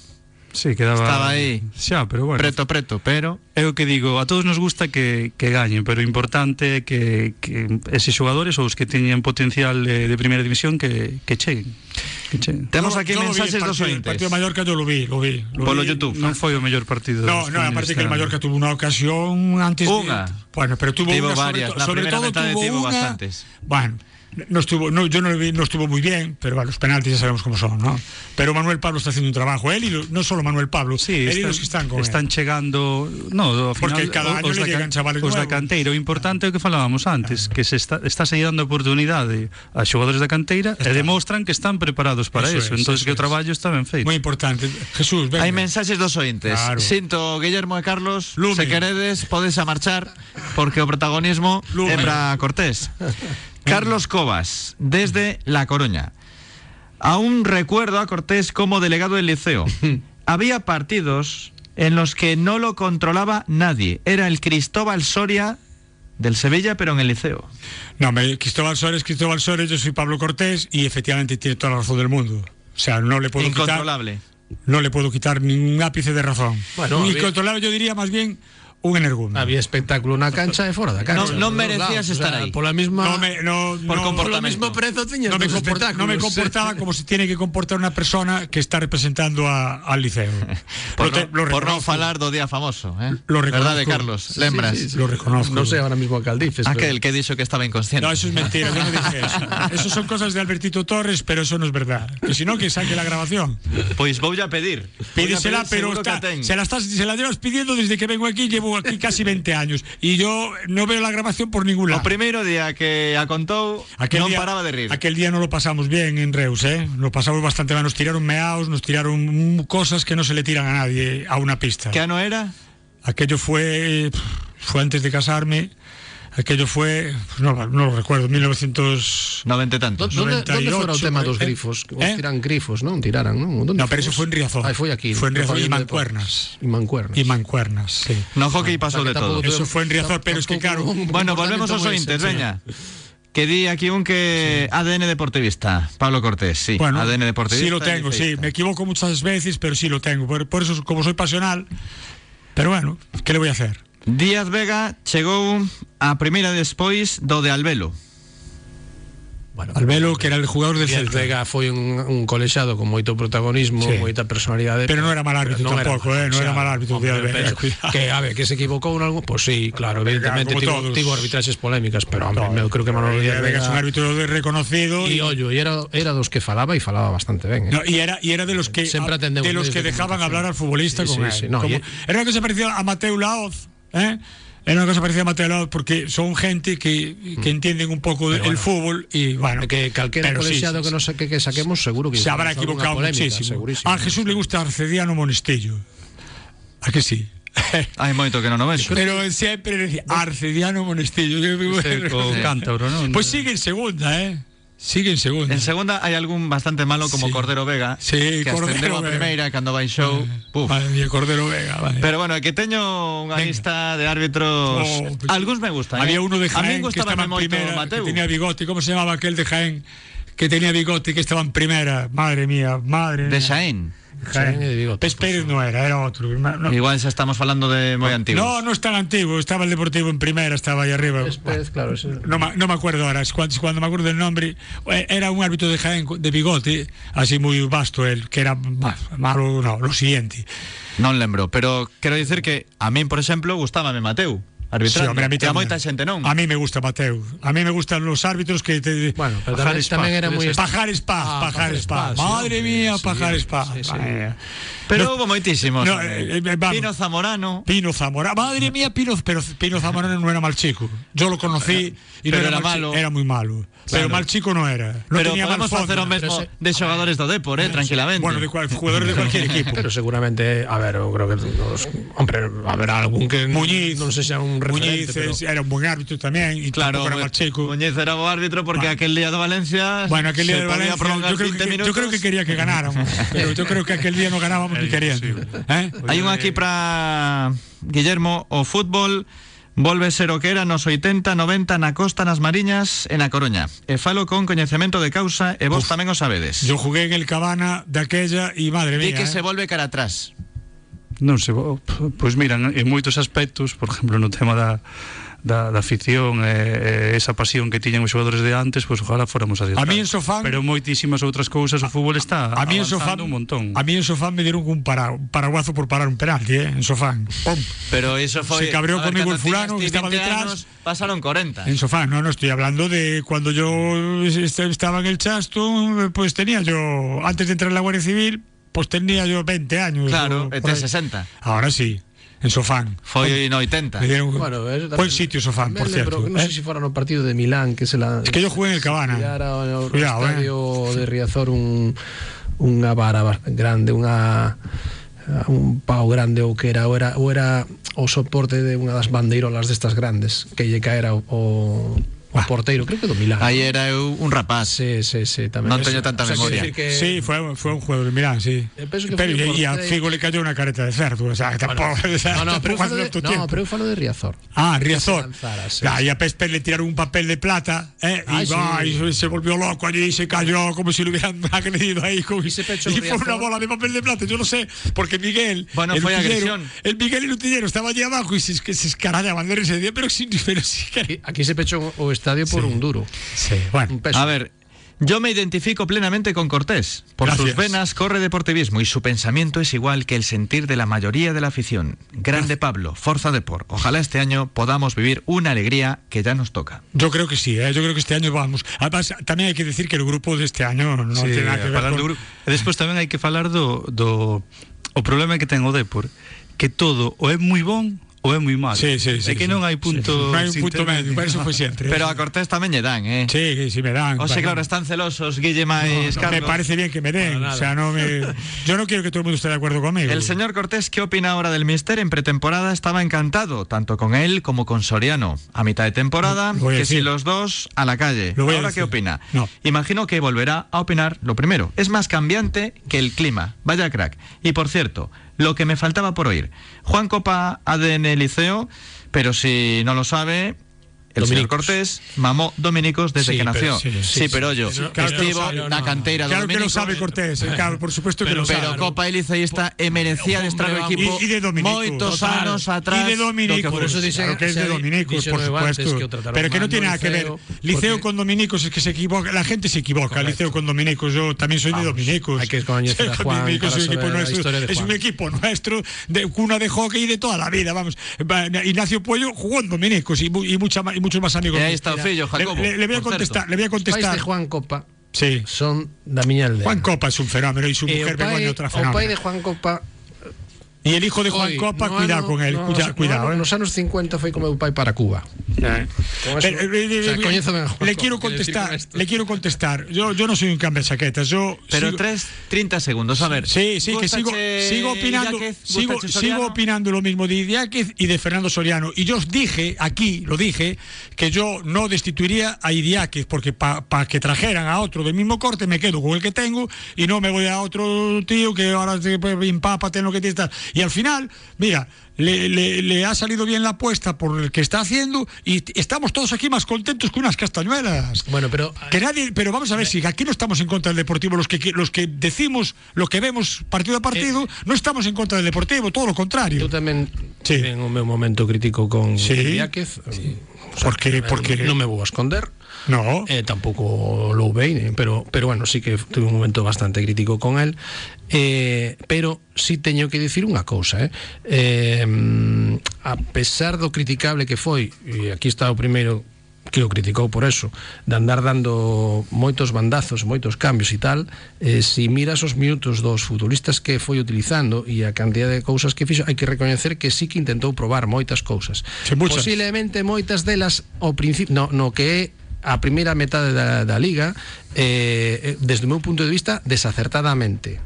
S10: Sí, quedaba
S2: Estaba ahí.
S10: Xa, pero bueno.
S2: preto, preto, pero...
S4: É o que digo, a todos nos gusta que, que gañen, pero o importante é que, que eses xogadores ou os que teñen potencial de, de primeira división que, que cheguen. Que cheguen.
S2: Temos
S5: Yo-
S2: aquí
S5: yo lo vi el
S2: mensaxes dos
S5: partido- El
S2: ointes
S5: partido de Mallorca yo lo vi, lo vi. lo
S2: Polo
S5: vi.
S2: YouTube
S4: Non foi o mellor partido. este
S5: No, no, aparte que el Mallorca tuvo una ocasión antes. de-
S2: Una.
S5: bueno, pero tuvo
S2: Tuvo
S5: una, sobre
S2: varias,
S5: to-
S2: la
S5: sobre,
S2: primera
S5: todo
S2: mitad
S5: tuvo
S2: tuvo
S5: una-
S2: bastantes.
S5: Bueno, no estuvo, no, yo no lo vi, no estuvo muy bien, pero bueno, los penaltis ya sabemos cómo son, ¿no? Pero Manuel Pablo está haciendo un trabajo, él y lo- no solo Manuel Pablo,
S4: Sí,
S5: él y
S4: están,
S5: los que están con él.
S4: están chegando no, ao final,
S5: Porque cada año
S4: os, da
S5: le
S4: can-
S5: llegan chavales
S4: os da
S5: nuevos. Ah.
S4: canteira O importante é o que falábamos antes Que se está, está se dando oportunidade A xogadores da canteira E demostran que están preparados para
S5: Eso
S4: eso,
S5: es,
S4: Entón
S5: eso
S4: que o
S5: es.
S4: traballo está ben feito
S5: Muy importante. Jesús, venga.
S2: Hai mensaxes dos ointes
S5: Claro.
S2: Sinto, Guillermo e Carlos,
S5: Lume.
S2: se queredes podes a marchar Porque o protagonismo
S5: Lume.
S2: é para Cortés Carlos Cobas, desde La Coruña Aún recuerdo a Cortés como delegado del liceo. Había partidos en los que no lo controlaba nadie. Era el Cristóbal Soria del Sevilla, pero en el liceo.
S5: No, me- Cristóbal Suárez, Cristóbal Suárez, yo soy Pablo Cortés y efectivamente tiene toda la razón del mundo. O sea, no le puedo quitar,
S2: Incontrolable.
S5: no le puedo quitar ningún ápice de razón.
S3: Bueno, a ver.
S5: Incontrolable yo diría más bien un energúmeno.
S3: Había espectáculo na cancha e fora da cancha.
S11: Non- non
S3: Por todos
S11: merecías
S3: lados,
S11: estar
S3: o sea,
S11: aí.
S3: Pola misma
S5: No me, no,
S11: Por
S5: no-
S3: Polo
S11: comportamiento.
S3: mismo prezo tiñas
S5: no me
S3: dos
S5: comport-
S3: espectáculos.
S5: no me comportaba como se tiene que comportar una persona que está representando a- al liceo.
S2: Por,
S5: Lo
S2: no,
S5: te- lo
S2: por non
S5: reconozco.
S2: falar do día famoso, eh?
S5: Lo
S2: Verdade,
S5: reconozco.
S2: Carlos?
S3: Sí,
S2: Lembras?
S3: sí, sí.
S5: Lo reconozco.
S3: No sé ahora mismo a Caldices.
S2: Aquel que dixo que estaba inconsciente.
S5: No, eso es mentira, yo no dije eso. Eso son cosas de Albertito Torres, pero eso no es verdad. Que si no, que saque la grabación.
S2: Pois voulle a pedir. Voulle a
S5: Pídesela,
S2: pedir,
S5: pero
S2: seguro
S5: está-
S2: que a ten.
S5: se, la estás, se la llevas pidiendo desde que vengo aquí, llevo aquí casi 20 años. Y yo no veo la grabación por ningún
S2: O
S5: lado.
S2: primeiro día que a contou non
S5: día-
S2: paraba de rir.
S5: Aquel día no lo pasamos bien en Reus, ¿eh? Nos pasamos bastante mal. Nos tiraron meaos, nos tiraron mm, cosas que no se le tiran a nadie a una pista.
S2: Que ano era?
S5: Aquello fue, pf, fue antes de casarme. Aquello fue, pues no, no lo recuerdo, 1900.
S2: Noventa e tantos.
S3: ¿Dónde, ¿Dónde fora o
S5: 98,
S3: tema dos
S5: eh?
S3: grifos? Que vos
S5: Eh?
S3: tiran grifos, non? Tiraran, non? Onde
S5: No, pero eso fue en Riazor.
S3: Ah, foi aquí.
S5: Fue en Riazor y
S3: Falando de
S5: Mancuernas.
S3: deportes. Y Mancuernas.
S5: Y mancuernas, sí.
S2: No hockey
S3: O sea,
S2: pasou de
S3: que
S2: todo.
S3: tampouco
S5: Eso
S3: tuvemos-
S5: fue en Riazor, pero es que, claro,
S3: tampouco un
S2: Bueno, volvemos
S3: comportamiento
S2: aos ointes,
S3: moi ese, sí.
S2: veña. Que di aquí un que ADN deportivista, Pablo Cortés, sí,
S5: Bueno,
S2: ADN deportivista.
S5: sí lo tengo, sí.
S2: liceísta.
S5: Me equivoco muchas veces, pero sí lo tengo. Por, por eso, como soy pasional, pero bueno, ¿qué le voy a hacer?
S2: Díaz Vega chegou a primeira despois do de Albelo.
S3: Bueno,
S5: Albelo, que era el jugador del
S3: Díaz
S5: Celta.
S3: Vega foi un, un colexado con moito protagonismo,
S5: Sí.
S3: sí. moita personalidade.
S5: Pero non era mal árbitro tampouco, eh, non era mal árbitro
S3: hombre,
S5: Díaz
S3: pero
S5: Vega, cuidado.
S3: Que, a ver, que se equivocou en algo, pois pues sí, claro, evidentemente,
S5: como
S3: tivo,
S5: todos.
S3: tivo arbitraxes polémicas, pero, hombre,
S5: No,
S3: meu, creo que Manolo Díaz Vega...
S5: es un árbitro de- reconocido
S3: E
S5: y,
S3: ollo, e era, era dos que falaba e falaba bastante ben, eh.
S5: no, y era, y era de los que,
S3: Siempre atendeu
S5: de
S3: medios
S5: los que
S3: de
S5: dejaban
S3: comunicación.
S5: hablar al futbolista
S3: Sí,
S5: con
S3: sí, sí,
S5: él.
S3: no,
S5: Como-
S3: y-
S5: Era una cosa parecida a Mateo Laoz, ¿eh? Era una cosa parecida a Mateo Laoz porque son gente que, que entienden un poco de-
S3: Mm. Pero
S5: el
S3: bueno.
S5: fútbol y bueno.
S3: que calquera
S5: pero sí,
S3: colexiado
S5: sí,
S3: que, no sa- que, que saquemos seguro que
S5: se habrá
S3: alguna
S5: equivocado
S3: polémica,
S5: muchísimo.
S3: segurísimo.
S5: A Jesús le gusta Arcediano Monestillo. ¿A que sí?
S2: Hai moito que non o vexo.
S5: Pero siempre decía Arcediano Monestillo.
S4: Este co
S2: Sí.
S4: cántabro, non?
S5: Pues sigue en segunda, ¿eh? Sigue en segunda.
S2: En segunda hai algún bastante malo como
S5: Sí.
S2: Cordero Vega,
S5: Sí,
S2: que
S5: Cordero
S2: ascendeu a
S5: Vega. Eh,
S2: primeira cando baixou. Puf.
S5: Madre mía, Cordero Vega, vale.
S2: Pero bueno, é que teño unha
S5: Venga.
S2: lista de árbitros.
S5: Oh, pues-
S2: Algúns me gustan.
S5: Había
S2: eh.
S5: uno de
S2: a min
S5: Jaén que
S2: gustaba
S5: estaba en
S2: moito
S5: primera,
S2: Mateu.
S5: que tenía bigote. ¿Cómo se llamaba aquel de Jaén? Que tenía bigote y que estaba en primera. Madre mía, madre mía.
S2: De Xaén.
S5: Jaén.
S3: Jaén y de bigote,
S2: pues
S5: Pes Pérez no era, era otro. Ma- No,
S2: Igual xa estamos falando de moi antiguos.
S5: no, no es tan antiguo. Estaba el Deportivo en primera, estaba ahí arriba.
S3: Después, claro, ese-
S5: No, ma- no me acuerdo ahora, es cuan- cuando, me acuerdo del nombre, eh, era un árbitro de Jaén de bigote, así muy vasto él, que era ma- malo, no, lo siguiente.
S2: Non lembro, pero quero dicir que a min, por exemplo, gustábame Mateu.
S5: Sí,
S2: Arbitrando.
S5: hombre, a
S2: e
S5: mí
S2: a
S5: tamén.
S2: moita xente non.
S5: A mí me gusta Mateu. A mí me gustan los árbitros que te
S3: Bueno, Ah, pero tamén, tamén era moi...
S5: Pajares Paz, Pajares Paz. Madre mía, Pajares Paz. Vaya.
S2: Pero houve moitísimos.
S5: No,
S2: hombre.
S5: eh, eh, vamos.
S2: Pino Zamorano.
S5: Pino Zamora, madre mía, Pino, pero Pino Zamora no era mal chico. Yo lo conocí y
S2: Eh, Pero
S5: no era,
S2: era
S5: mal chi-
S2: malo.
S5: Era muy malo. Pero mal chico no era. No
S2: pero
S5: tenía mal
S2: podemos
S5: fondo.
S2: facer o mesmo
S3: Pero se-
S2: de xogadores do Depor, eh, tranquilamente.
S5: Bueno, de cual, jugadores de cualquier equipo.
S3: Pero seguramente, a ver, eu creo que nos, hombre, haberá algún que
S5: Muñiz,
S3: non se xa un
S5: Muñiz eh,
S3: referente, pero
S5: es- era un buen árbitro también y
S2: Claro, pues,
S5: tampoco era mal chico.
S2: Muñez era o árbitro porque
S5: Bueno.
S2: aquel día do Valencia
S5: Bueno, aquel día
S2: se
S5: de
S2: podía
S5: Valencia,
S2: prolongar
S5: yo creo,
S2: 20
S5: que, yo
S2: minutos.
S5: creo que quería que ganáramos, pero yo creo que aquel día no ganábamos ni queríamos. ¿eh?
S2: Hai un aquí para Guillermo O fútbol volve ser o que era nos 80, 90 na costa, nas Mariñas e na Coruña E falo con coñecemento de causa e vos tamén o sabedes
S5: Yo jugué en el Cabana de aquella y madre
S2: Di
S5: mía.
S2: que
S5: ¿eh?
S2: se volve cara atrás
S4: Non sei, bo- pois mira, en moitos aspectos, por exemplo, no tema da da, da afición e, e esa pasión que tiñan os xogadores de antes, pois ojalá fóramos hacia
S5: A
S4: atrás.
S5: mí en Sofán-
S4: Pero moitísimas outras cousas o fútbol está
S5: A mí
S4: avanzando
S5: en Sofán,
S4: un montón.
S5: a mí en Sofán me dieron un, para- un paraguazo por parar un penalti, ¿eh? En Sofán. Pum.
S2: Pero iso foi
S5: Se cabreou
S2: a ver,
S5: comigo
S2: cando
S5: el fulano
S2: tiñas
S5: que estaba
S2: 20
S5: detrás.
S2: anos, Pasaron 40
S5: En Sofán, no, no estoy hablando de cuando yo est- estaba en el Chasto, pues tenía yo, antes de entrar en la Guardia Civil, pues tenía yo 20 años.
S2: Claro,
S5: o
S2: e ten
S5: por ahí.
S2: 60
S5: Ahora sí, en Sofán.
S2: Foi no 80
S5: Me dieron-
S3: Bueno, eso tamén-
S5: buen sitio Sofán,
S3: tamén
S5: por
S3: lembro,
S5: cierto.
S3: Non
S5: ¿eh?
S3: sei se fora no partido de Milán, que se la
S5: Es que yo jugué en el Cabana.
S3: Pillara o, o
S5: Cuidado, eh.
S3: estadio de Riazor un unha vara bas- grande, unha un pau grande ou que era ou era, ou era o soporte de unha das bandeirolas destas grandes que lle caera o, o, o o
S5: Ah.
S3: porteiro, creo que do Milán.
S2: Aí era eu un rapaz.
S3: Sí, sí, sí, tamén.
S2: Non teño tanta
S3: O sea, quiero
S2: memoria.
S3: decir que-
S5: Sí, fue, fue un jugador, mirá, sí.
S3: Eu penso que
S5: Pero,
S3: foi
S5: y, y a
S3: por-
S5: Figo le cayó una careta de cerdo. O sea, tampoco. o
S3: No,
S5: sea,
S3: no, pero eu
S5: tampoco
S3: falo de,
S5: hace tanto
S3: no,
S5: tiempo.
S3: pero eu falo de Riazor.
S5: Ah,
S3: se
S5: Riazor.
S3: lanzara, sí,
S5: Ah, y a Pesper le tiraron un papel de plata ¿eh?
S3: Ah,
S5: y,
S3: sí.
S5: va, y se volvió loco allí y se cayó como si lo hubieran agredido ahí. Con,
S3: Y se pechó
S5: y fue
S3: Riazor.
S5: una bola de papel de plata, yo no sé, porque Miguel.
S2: Bueno,
S5: el
S2: fue agresión.
S5: utillero- El Miguel el utillero estaba allí abajo y se, que se escaraban de ese día, pero sin. Pero sí que-
S3: Aquí, aquí se pechou o estadio por un duro,
S5: sí, bueno.
S3: un peso.
S2: A ver, yo me identifico plenamente con Cortés. Por sus
S5: Gracias.
S2: venas corre deportivismo y su pensamiento es igual que el sentir de la mayoría de la afición. Grande Pablo, Forza Deport. Ojalá este año podamos vivir una alegría que ya nos toca.
S5: Yo creo que sí, ¿eh? yo creo que este año vamos. Además, también hay que decir que el grupo de este año no
S12: Sí,
S5: tiene nada que ver
S12: falar
S5: con...
S12: do grupo. E despois tamén hai que falar do, do o problema que ten o Depor, que todo ou é moi bon ou é moi malo.
S5: Sí, sí,
S12: é
S5: sí,
S12: que
S5: sí.
S12: non hai punto
S5: No hay un punto
S12: intermedio.
S5: medio, para eso fue siempre.
S2: Pero a Cortés también le dan, ¿eh?
S5: Eh. Sí, sí, me dan.
S2: O sea,
S5: claro.
S2: claro, están celosos Guillema y
S5: me
S2: Carlos.
S5: parece bien que me den. O sea, no me, yo no quiero que todo el mundo esté de acuerdo conmigo.
S2: El señor Cortés, ¿qué opina ahora del Mister? En pretemporada estaba encantado, tanto con él como con Soriano. A mitad de temporada,
S5: Lo voy a
S2: que
S5: decir.
S2: si los dos a la calle.
S5: Lo voy a
S2: ¿Ahora
S5: decir.
S2: qué opina?
S5: No.
S2: Imagino que volverá a opinar lo primero. Es más cambiante que el clima. Vaya crack. Y por cierto, lo que me faltaba por oír. Juan Copa ADN Liceo, pero si no lo sabe. El señor
S3: Dominicos.
S2: Cortés mamó dominicos desde
S3: Sí,
S2: que
S3: pero-
S2: nació.
S3: sí,
S2: Sí,
S3: sí,
S2: pero yo,
S5: sí, claro que lo
S2: estivo
S5: sabe, no,
S2: na
S5: no.
S2: cantera
S5: Claro que lo
S2: dominicos.
S5: sabe Cortés, eh, claro, por supuesto que
S2: Pero,
S5: lo sabe.
S2: Copa e Liceísta e merecía de estar no
S5: Hombre,
S2: equipo
S5: vamos. Y- y de Dominicos.
S2: moitos
S5: Total.
S2: anos atrás
S5: Y de Dominicos.
S2: do que
S5: Por
S2: fose.
S5: eso dice- Claro que es
S3: se
S5: de
S3: ha di-
S5: Dominicos,
S3: dicho
S5: por
S3: nueve antes
S5: supuesto.
S3: que trataron
S5: pero que no
S3: mal,
S5: tiene nada que ver. Liceo
S3: porque-
S5: con Dominicos es que se equivoca. La gente se equivoca. Liceo con Dominicos. Yo también soy de Dominicos.
S3: hay que conocer a
S5: Con
S3: Juan
S5: Dominicos
S3: para
S5: es un equipo
S3: saber la
S5: nuestro.
S3: historia de
S5: Es un
S3: Juan.
S5: equipo nuestro de cuna de hockey y de toda la vida. Vamos. Va, Ignacio Puello jugó en Dominicos y, mu- y, mucha ma- y muchos más amigos.
S2: E ahí
S5: míos.
S2: está o fillo,
S5: Le,
S2: Jacobo.
S5: le- le voy a
S2: por
S5: contestar.
S2: certo.
S5: Le voy a
S3: Pais
S5: contestar.
S3: de Juan Copa
S5: Sí.
S3: son da miña aldea.
S5: Juan Copa es un fenómeno y su
S3: E o
S5: mujer
S3: pai,
S5: Begoña otra
S3: o pai
S5: fenómeno.
S3: de Juan Copa
S5: Y el hijo de Juan
S3: Oi,
S5: Copa,
S3: no
S5: cuidado
S3: ano-
S5: con él,
S3: no,
S5: cuida-
S3: no,
S5: cuidado. eh.
S3: Nos anos 50 foi como meu pai para Cuba. Con eso-
S5: Eh, eh, eh,
S3: o sea,
S5: eh,
S3: coñezo ben a Juan
S5: le
S3: Copa,
S5: quiero
S3: quero decir con
S5: contestar,
S3: esto.
S5: le quiero contestar. Yo, yo no soy un cambio de chaquetas, yo
S2: Pero
S5: sigo-
S2: tres, 30 segundos, a ver.
S5: Sí, sí, que sigo,
S2: Gustache
S5: sigo opinando,
S2: Idiáquez,
S5: sigo,
S2: Gustache
S5: sigo
S2: Soriano.
S5: opinando lo mismo de Idiáquez y de Fernando Soriano. Y yo os dije aquí, lo dije, que yo no destituiría a Idiáquez, porque para que trajeran a otro del mismo corte me quedo con el que tengo y no me voy a otro tío que ahora se pues, empápate en lo que te está. Y al final, mira, le, le- le ha salido bien la apuesta por el que está haciendo y t- estamos todos aquí más contentos que unas castañuelas.
S3: Bueno, pero eh,
S5: Que nadie, pero vamos a ver si aquí no estamos en contra del Deportivo, los que que- los que decimos lo que vemos partido a partido, no estamos en contra del Deportivo, todo lo
S3: eu
S5: contrario.
S3: tamén
S5: Sí.
S3: ven o meu momento crítico con
S5: Sí.
S3: Idiáquez. Sí.
S5: Porque porque
S3: non Eh, me vou a esconder.
S5: no.
S3: Eh, tampouco lo vein, eh, pero pero bueno, sí que tuve un momento bastante crítico con él. Eh, pero sí teño que dicir unha cousa, eh. eh mm, a pesar do criticable que foi, e aquí está o primeiro que o criticou por eso, de andar dando moitos bandazos, moitos cambios e tal, eh, si miras os minutos dos futbolistas que foi utilizando e a cantidad de cousas que fixo, hai que recoñecer que sí que intentou probar moitas cousas.
S5: Sí, muchas.
S3: Posible posiblemente moitas delas ao principio no, no que é a primeira metade da, da liga eh, eh, desde o meu punto de vista desacertadamente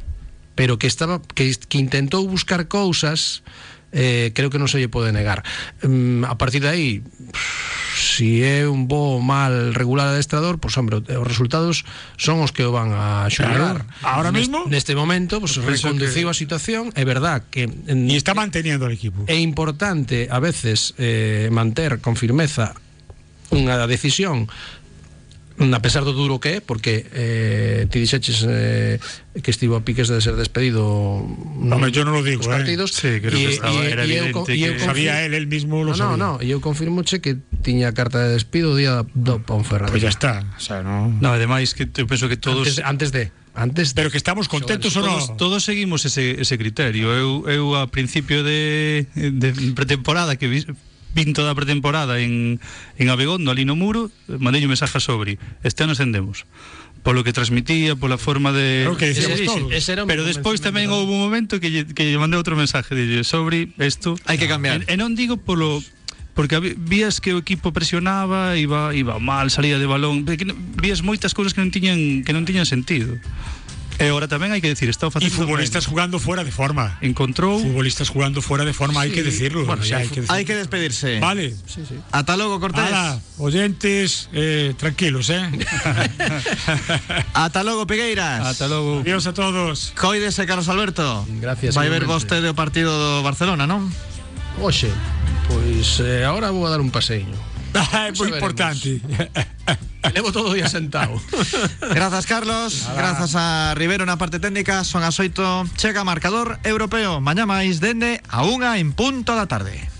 S3: pero que estaba que, que intentou buscar cousas eh, creo que non se lle pode negar mm, a partir de aí si é un bo ou mal regular adestrador, pois hombre, os resultados son os que o van a xulgar.
S5: Claro. Ahora mismo-
S3: neste momento, pois reconduciu a situación, é verdad que mm, en,
S5: Y está manteniendo al equipo.
S3: é importante a veces eh, manter con firmeza unha decisión a pesar do duro que é porque eh, ti dixeches eh, que estivo a piques de ser despedido
S5: Hombre, yo no lo digo,
S3: os
S5: eh.
S3: partidos
S12: Sí, creo que estaba- era
S3: e eu
S12: evidente
S3: co- e eu
S12: que-
S3: confío-
S5: Sabía él, él mismo lo
S3: no, no,
S5: sabía.
S3: no, eu confirmo que tiña carta de despido o día do Ponferradina
S5: Pues ya está, o sea, no.
S12: No, ademais que eu penso que todos
S3: antes, antes de antes de,
S5: Pero que estamos contentos o
S12: Todos,
S5: no.
S12: todos seguimos ese, ese criterio Eu, eu a principio de, de pretemporada Que vi- vin toda a pretemporada en, en Abegondo, ali no muro Mandei un mensaje sobre Este ano ascendemos Polo que transmitía, pola forma de...
S5: Claro que decíamos
S12: Sí, sí,
S5: todos.
S3: Ese era un
S12: Pero despois tamén
S3: convencimento.
S12: houve un momento que lle, que lle mandei outro mensaje Dille, sobre isto
S2: Hai que cambiar.
S12: E, e non digo polo porque habi- vías que o equipo presionaba, iba iba mal, salía de balón, que non- vías moitas cousas que non tiñan que non tiñan sentido. E agora tamén hai que decir, está o
S5: Y
S12: facendo
S5: futbolistas jugando fuera de forma.
S12: ben. encontrou
S5: Futbolistas jugando fuera de forma, hay que decirlo.
S12: Bueno,
S5: o sea,
S12: ya
S5: hay que decirlo.
S2: Hay que despedirse.
S5: Vale.
S2: Hasta luego, Cortés.
S5: Ala, oyentes, eh, tranquilos, ¿eh?
S2: Hasta luego, Pigueiras.
S12: ata logo
S5: Adiós a todos.
S2: Coídese, Carlos Alberto.
S3: Gracias,
S2: Vai ver
S3: igualmente.
S2: vostede o partido do Barcelona, non?
S3: Oxe, pois eh, ahora vou a dar un paseiño.
S5: es
S3: veremos.
S5: muy importante.
S3: Levo todo o día sentado.
S2: Grazas, Carlos. Grazas a Rivero na parte técnica. Son as oito. Chega marcador europeo. Mañá máis dende a unha en punto da tarde.